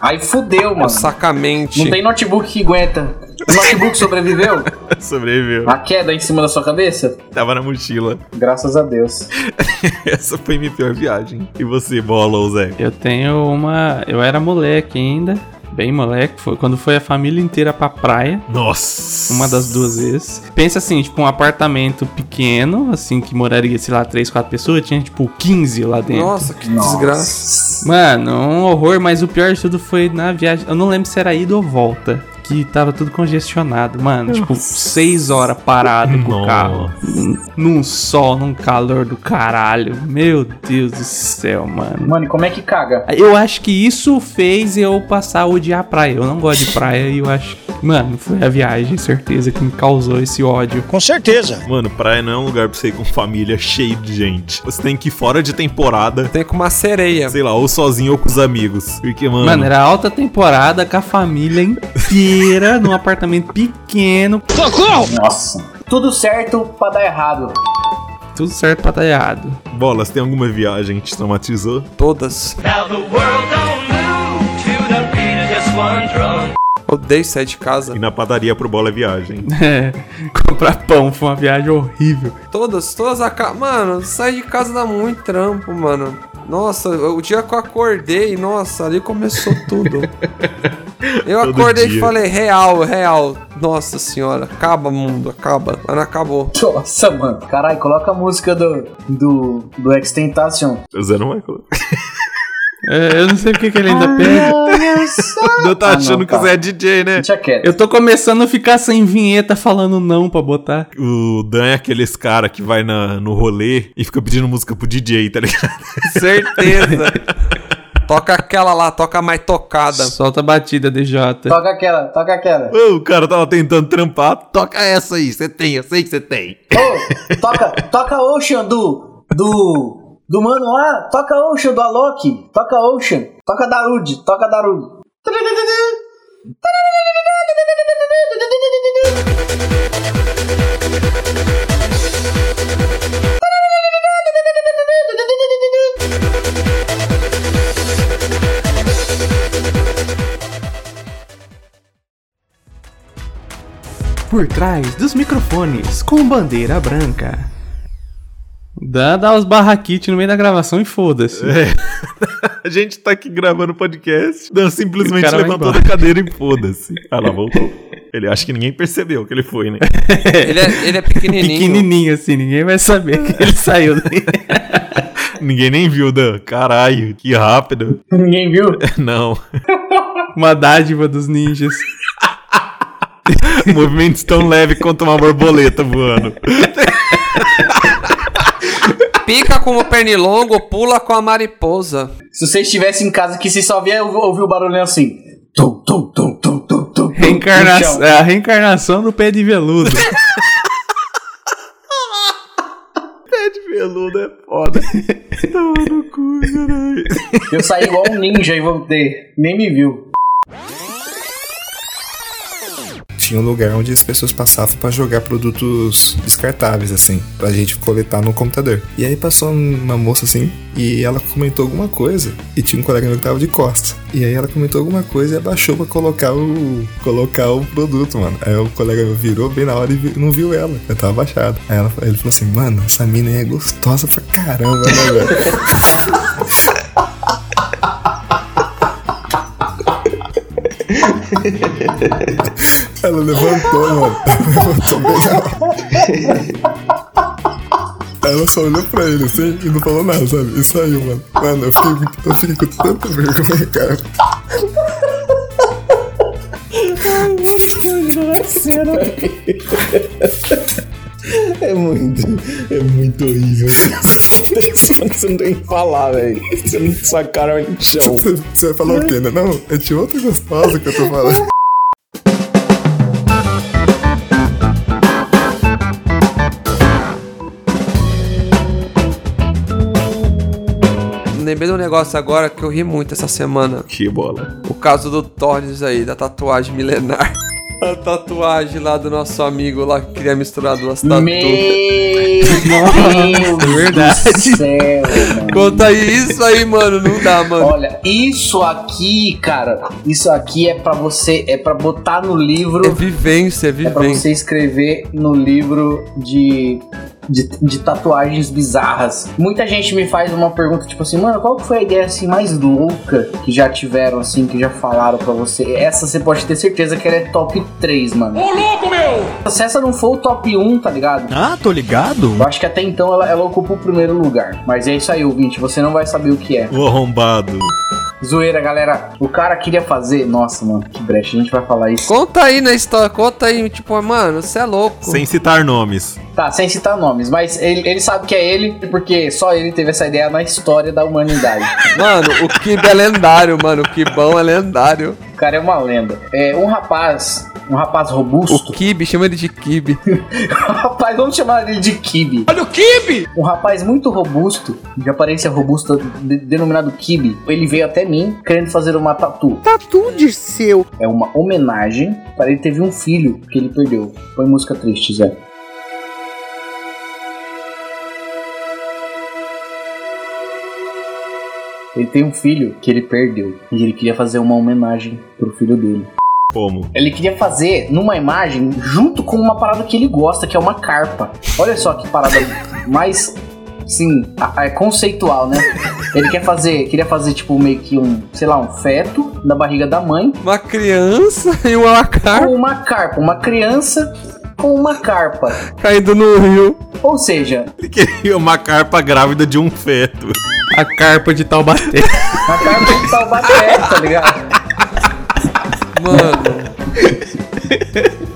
Aí fudeu, mano. O sacamente. Não tem notebook que aguenta. O notebook sobreviveu? sobreviveu. A queda em cima da sua cabeça? Tava na mochila. Graças a Deus. Essa foi minha pior viagem. E você, bola ou Zé? Eu tenho uma. Eu era moleque ainda. Bem moleque, foi quando foi a família inteira pra praia. Nossa! Uma das duas vezes. Pensa assim, tipo, um apartamento pequeno, assim, que moraria, sei lá, 3, 4 pessoas, tinha tipo 15 lá dentro. Nossa, que Nossa. desgraça. Mano, um horror, mas o pior de tudo foi na viagem. Eu não lembro se era ida ou volta que tava tudo congestionado, mano. Tipo, seis horas parado com o carro. Num sol, num calor do caralho. Meu Deus do céu, mano. Mano, como é que caga? Eu acho que isso fez eu passar a odiar a praia. Eu não gosto de praia e eu acho Mano, foi a viagem, certeza, que me causou esse ódio. Com certeza. Mano, praia não é um lugar pra você ir com família cheio de gente. Você tem que ir fora de temporada. Tem com uma sereia. Sei lá, ou sozinho ou com os amigos. Porque, mano. Mano, era alta temporada com a família inteira num apartamento pequeno. Oh. Socorro! Nossa. Tudo certo pra dar errado. Tudo certo pra dar errado. Bolas, tem alguma viagem que te traumatizou? Todas. Now the world don't move to the beat of just one drum. Odeio sair de casa. E na padaria pro bola é viagem. É, comprar pão foi uma viagem horrível. Todas, todas a casa. Mano, sair de casa dá muito trampo, mano. Nossa, o dia que eu acordei, nossa, ali começou tudo. Eu Todo acordei e dia. falei, real, real. Nossa senhora, acaba mundo, acaba. Mano, acabou. Nossa, mano. Caralho, coloca a música do, do, do Extentation. Zé não vai colocar. É, eu não sei porque que ele ainda pega. Ah, Eu tá Ah, não, achando que o tá. Zé é DJ, né? Deixa quieto. Eu tô começando a ficar sem vinheta falando não pra botar. O Dan é aqueles cara que vai na, no rolê e fica pedindo música pro DJ, tá ligado? Certeza. toca aquela lá, toca a mais tocada. Solta a batida, DJ. Toca aquela, toca aquela. Ô, o cara tava tentando trampar. Toca essa aí, você tem, eu sei que você tem. Ô, toca, toca Ocean do. do. do mano lá. Toca Ocean do Alok. Toca Ocean. Toca Darude. Toca Darude. Por trás dos microfones, com bandeira branca. Dá, dá os barraquite no meio da gravação e foda-se. A gente tá aqui gravando podcast. Dan O simplesmente cara vai levantou da embora. cadeira e foda-se. Ah lá, voltou. Ele acha que ninguém percebeu que ele foi, né? Ele é, ele é pequenininho. Pequenininho assim, ninguém vai saber que ele saiu. né? daí. ninguém nem viu, Dan. Caralho, que rápido. Ninguém viu? Não. Uma dádiva dos ninjas. Movimentos tão leve quanto uma borboleta voando. Pica como pernilongo, pula com a mariposa. Se você estivesse em casa que você só via ou- ouvir o barulho assim. Tum, tum, tum, tum, tum, tum, tum. Reencarna- no chão. é a reencarnação do pé de veludo. Pé de veludo é foda. Toma no cu, caralho. Eu saí igual um ninja e voltei. Nem me viu. Tinha um lugar onde as pessoas passavam pra jogar produtos descartáveis, assim, pra gente coletar no computador. E aí passou uma moça assim, e ela comentou alguma coisa, e tinha um colega meu que tava de costa. E aí ela comentou alguma coisa e abaixou pra colocar o. colocar o produto, mano. Aí o colega meu virou bem na hora e vi- não viu ela. Eu tava abaixado. Aí ela- ele falou assim, mano, essa mina aí é gostosa pra caramba, né, velho? Ela levantou, mano. Levantou bem na Ela só olhou pra ele assim e não falou nada, sabe? E saiu, mano. Mano, eu fiquei, muito- eu fiquei com tanta vergonha, cara. É muito, é muito horrível. Você não tem o que falar, velho. Você não sua cara vai no chão. Você você vai falar o quê, né? Não, é de outra gostosa que eu tô falando. Lembrei de um negócio agora que eu ri muito essa semana. Que bola. O caso do Torres aí, da tatuagem milenar. A tatuagem lá do nosso amigo lá que queria misturar duas Meu tatuas. Deus verdade. do céu, mano. Conta aí, isso aí, mano. Não dá, mano. Olha, isso aqui, cara, isso aqui é pra você, é pra botar no livro, É vivência, é é pra vivência. você escrever no livro de, de, de tatuagens bizarras. Muita gente me faz uma pergunta tipo assim, mano, qual que foi a ideia assim mais louca que já tiveram assim, que já falaram pra você? Essa você pode ter certeza que ela é top 3, mano. Ô louco, meu! Se essa não for o top 1, tá ligado? Ah, tô ligado? Eu acho que até então ela, ela ocupa o primeiro lugar. Mas é isso aí, ouvinte. Você não vai saber o que é. O arrombado. Zoeira, galera. O cara queria fazer. Nossa, mano, que brecha. A gente vai falar isso. Conta aí na história, conta aí, tipo, mano, você é louco. Sem citar nomes. Tá, sem citar nomes. Mas ele, ele sabe que é ele, porque só ele teve essa ideia na história da humanidade. Mano, o Kiba é lendário, mano. O Kibão é lendário. o cara é uma lenda. É, um rapaz um rapaz robusto. um O Kibe, chama ele de Kibe. rapaz, vamos chamar ele de Kibe. Olha o Kibe! Um rapaz muito robusto, de aparência robusta, de- denominado Kibe, ele veio até mim querendo fazer uma tatu. Tatu de seu. É uma homenagem para ele teve um filho que ele perdeu. Põe música triste, Zé. Ele tem um filho que ele perdeu e ele queria fazer uma homenagem pro filho dele. Como? Ele queria fazer numa imagem junto com uma parada que ele gosta, que é uma carpa. Olha só que parada mais sim, a- a- conceitual, né? Ele quer fazer, queria fazer tipo meio que um, sei lá, um feto na barriga da mãe. Uma criança e uma carpa. Uma carpa, uma criança com uma carpa. Caindo no rio. Ou seja, Queria uma carpa grávida de um feto. A carpa de Taubaté. a carpa de Taubaté, tá ligado? Mano.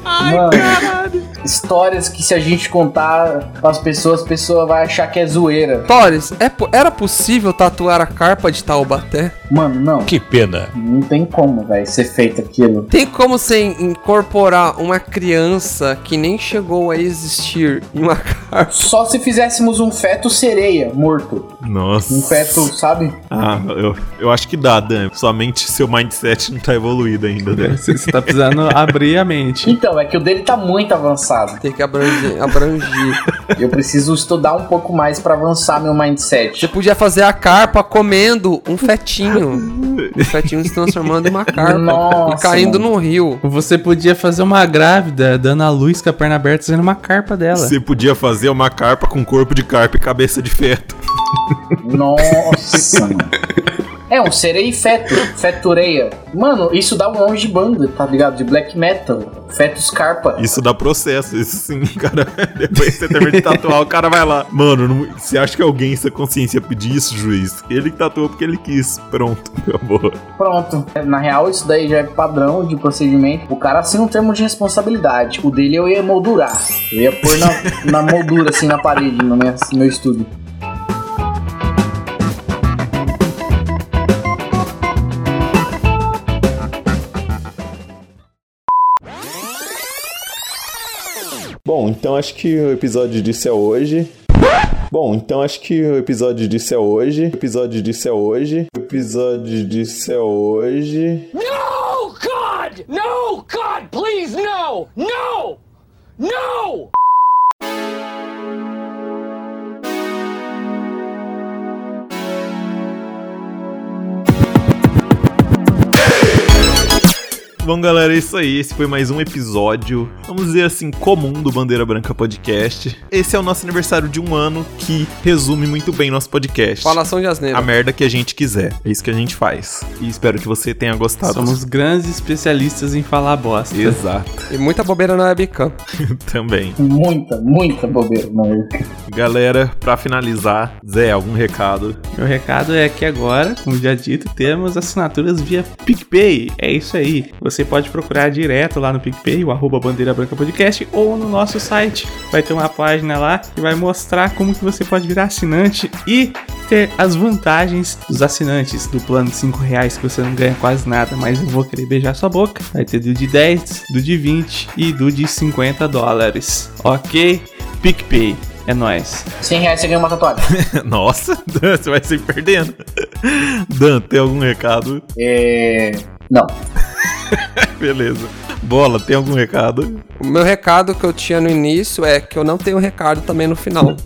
Mano, histórias que se a gente contar pras pessoas, a pessoa vai achar que é zoeira. Torres, é po- era possível tatuar a carpa de Taubaté? Mano, não. Que pena. Não tem como, velho, ser feito aquilo. Tem como você incorporar uma criança que nem chegou a existir em uma carpa? Só se fizéssemos um feto sereia morto. Nossa. Um feto, sabe? Ah, eu, eu acho que dá, Dan. Somente seu mindset não tá evoluído ainda, Dan. Você tá precisando abrir a mente. Então, é que o dele tá muito avançado. Tem que abranger. abranger. Eu preciso estudar um pouco mais pra avançar meu mindset. Você podia fazer a carpa comendo um fetinho. O fetinho se transformando em uma carpa Nossa, e caindo no rio. Você podia fazer uma grávida dando a luz com a perna aberta fazendo uma carpa dela. Você podia fazer uma carpa com corpo de carpa e cabeça de feto. Nossa, mano. É um serei feto, fetureia. Mano, isso dá um nome de banda, tá ligado? De black metal, fetus carpa. Isso dá processo, isso sim, cara. Depois que você termina de tatuar, o cara vai lá. Mano, não- você acha que alguém em sua consciência pedir isso, juiz? Ele que tatuou porque ele quis. Pronto, acabou. Pronto. Na real, isso daí já é padrão de procedimento. O cara assina um termo de responsabilidade. O dele eu ia moldurar. Eu ia pôr na, na moldura, assim, na parede, no meu, no meu estúdio. Bom, então acho que o episódio disso é hoje. Bom, então acho que o episódio disso é hoje. O episódio disso é hoje. O episódio disso é hoje. No, God! No, God, please, no! No! No! Bom, galera, é isso aí. Esse foi mais um episódio, vamos dizer assim, comum do Bandeira Branca Podcast. Esse é o nosso aniversário de um ano que resume muito bem nosso podcast. Falação de asneira. A merda que a gente quiser. É isso que a gente faz. E espero que você tenha gostado. Somos grandes especialistas em falar bosta. Exato. E muita bobeira na webcam. Também. Muita, muita bobeira, é? mano. Galera, pra finalizar, Zé, algum recado? Meu recado é que agora, como já dito, temos assinaturas via PicPay. É isso aí. Você pode procurar direto lá no PicPay, o arroba Bandeira Branca Podcast, ou no nosso site. Vai ter uma página lá que vai mostrar como que você pode virar assinante e ter as vantagens dos assinantes do plano de 5 reais que você não ganha quase nada, mas eu vou querer beijar sua boca. Vai ter do de 10, do de 20 e do de 50 dólares. Ok? PicPay. É nóis. 100 reais você ganha uma tatuagem. Nossa, Dan, você vai se perdendo. Dan, tem algum recado? É. Não. Beleza. Bola, tem algum recado? O meu recado que eu tinha no início é que eu não tenho recado também no final.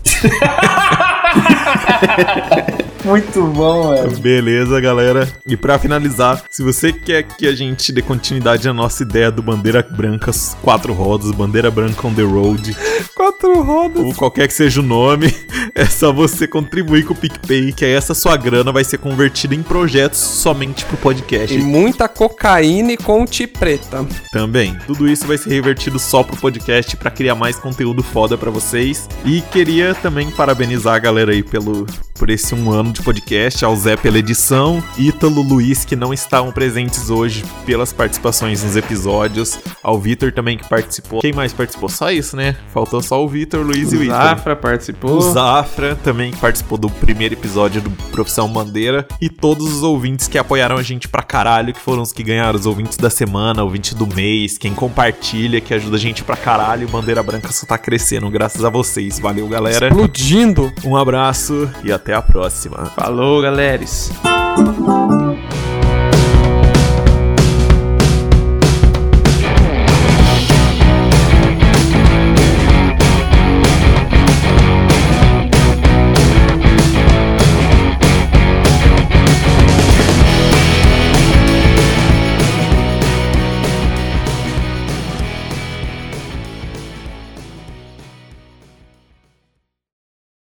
Muito bom, velho. Beleza, galera. E pra finalizar, se você quer que a gente dê continuidade à nossa ideia do Bandeira Branca Quatro Rodas, Bandeira Branca on the Road, Quatro rodas. ou qualquer que seja o nome, é só você contribuir com o PicPay, que aí essa sua grana vai ser convertida em projetos somente pro podcast. E muita cocaína e conte preta. Também. Tudo isso vai ser revertido só pro podcast pra criar mais conteúdo foda pra vocês. E queria também parabenizar a galera aí pelo por esse um ano de podcast, ao Zé pela edição, Ítalo, Luiz, que não estavam presentes hoje pelas participações nos episódios, ao Vitor também que participou. Quem mais participou? Só isso, né? Faltou só o Vitor, Luiz e o Ítalo. Zafra participou. O Zafra também que participou do primeiro episódio do Profissão Bandeira e todos os ouvintes que apoiaram a gente pra caralho, que foram os que ganharam os ouvintes da semana, ouvinte do mês, quem compartilha, que ajuda a gente pra caralho. Bandeira Branca só tá crescendo graças a vocês. Valeu, galera. Explodindo. Um abraço e até a próxima. Falou, galeres.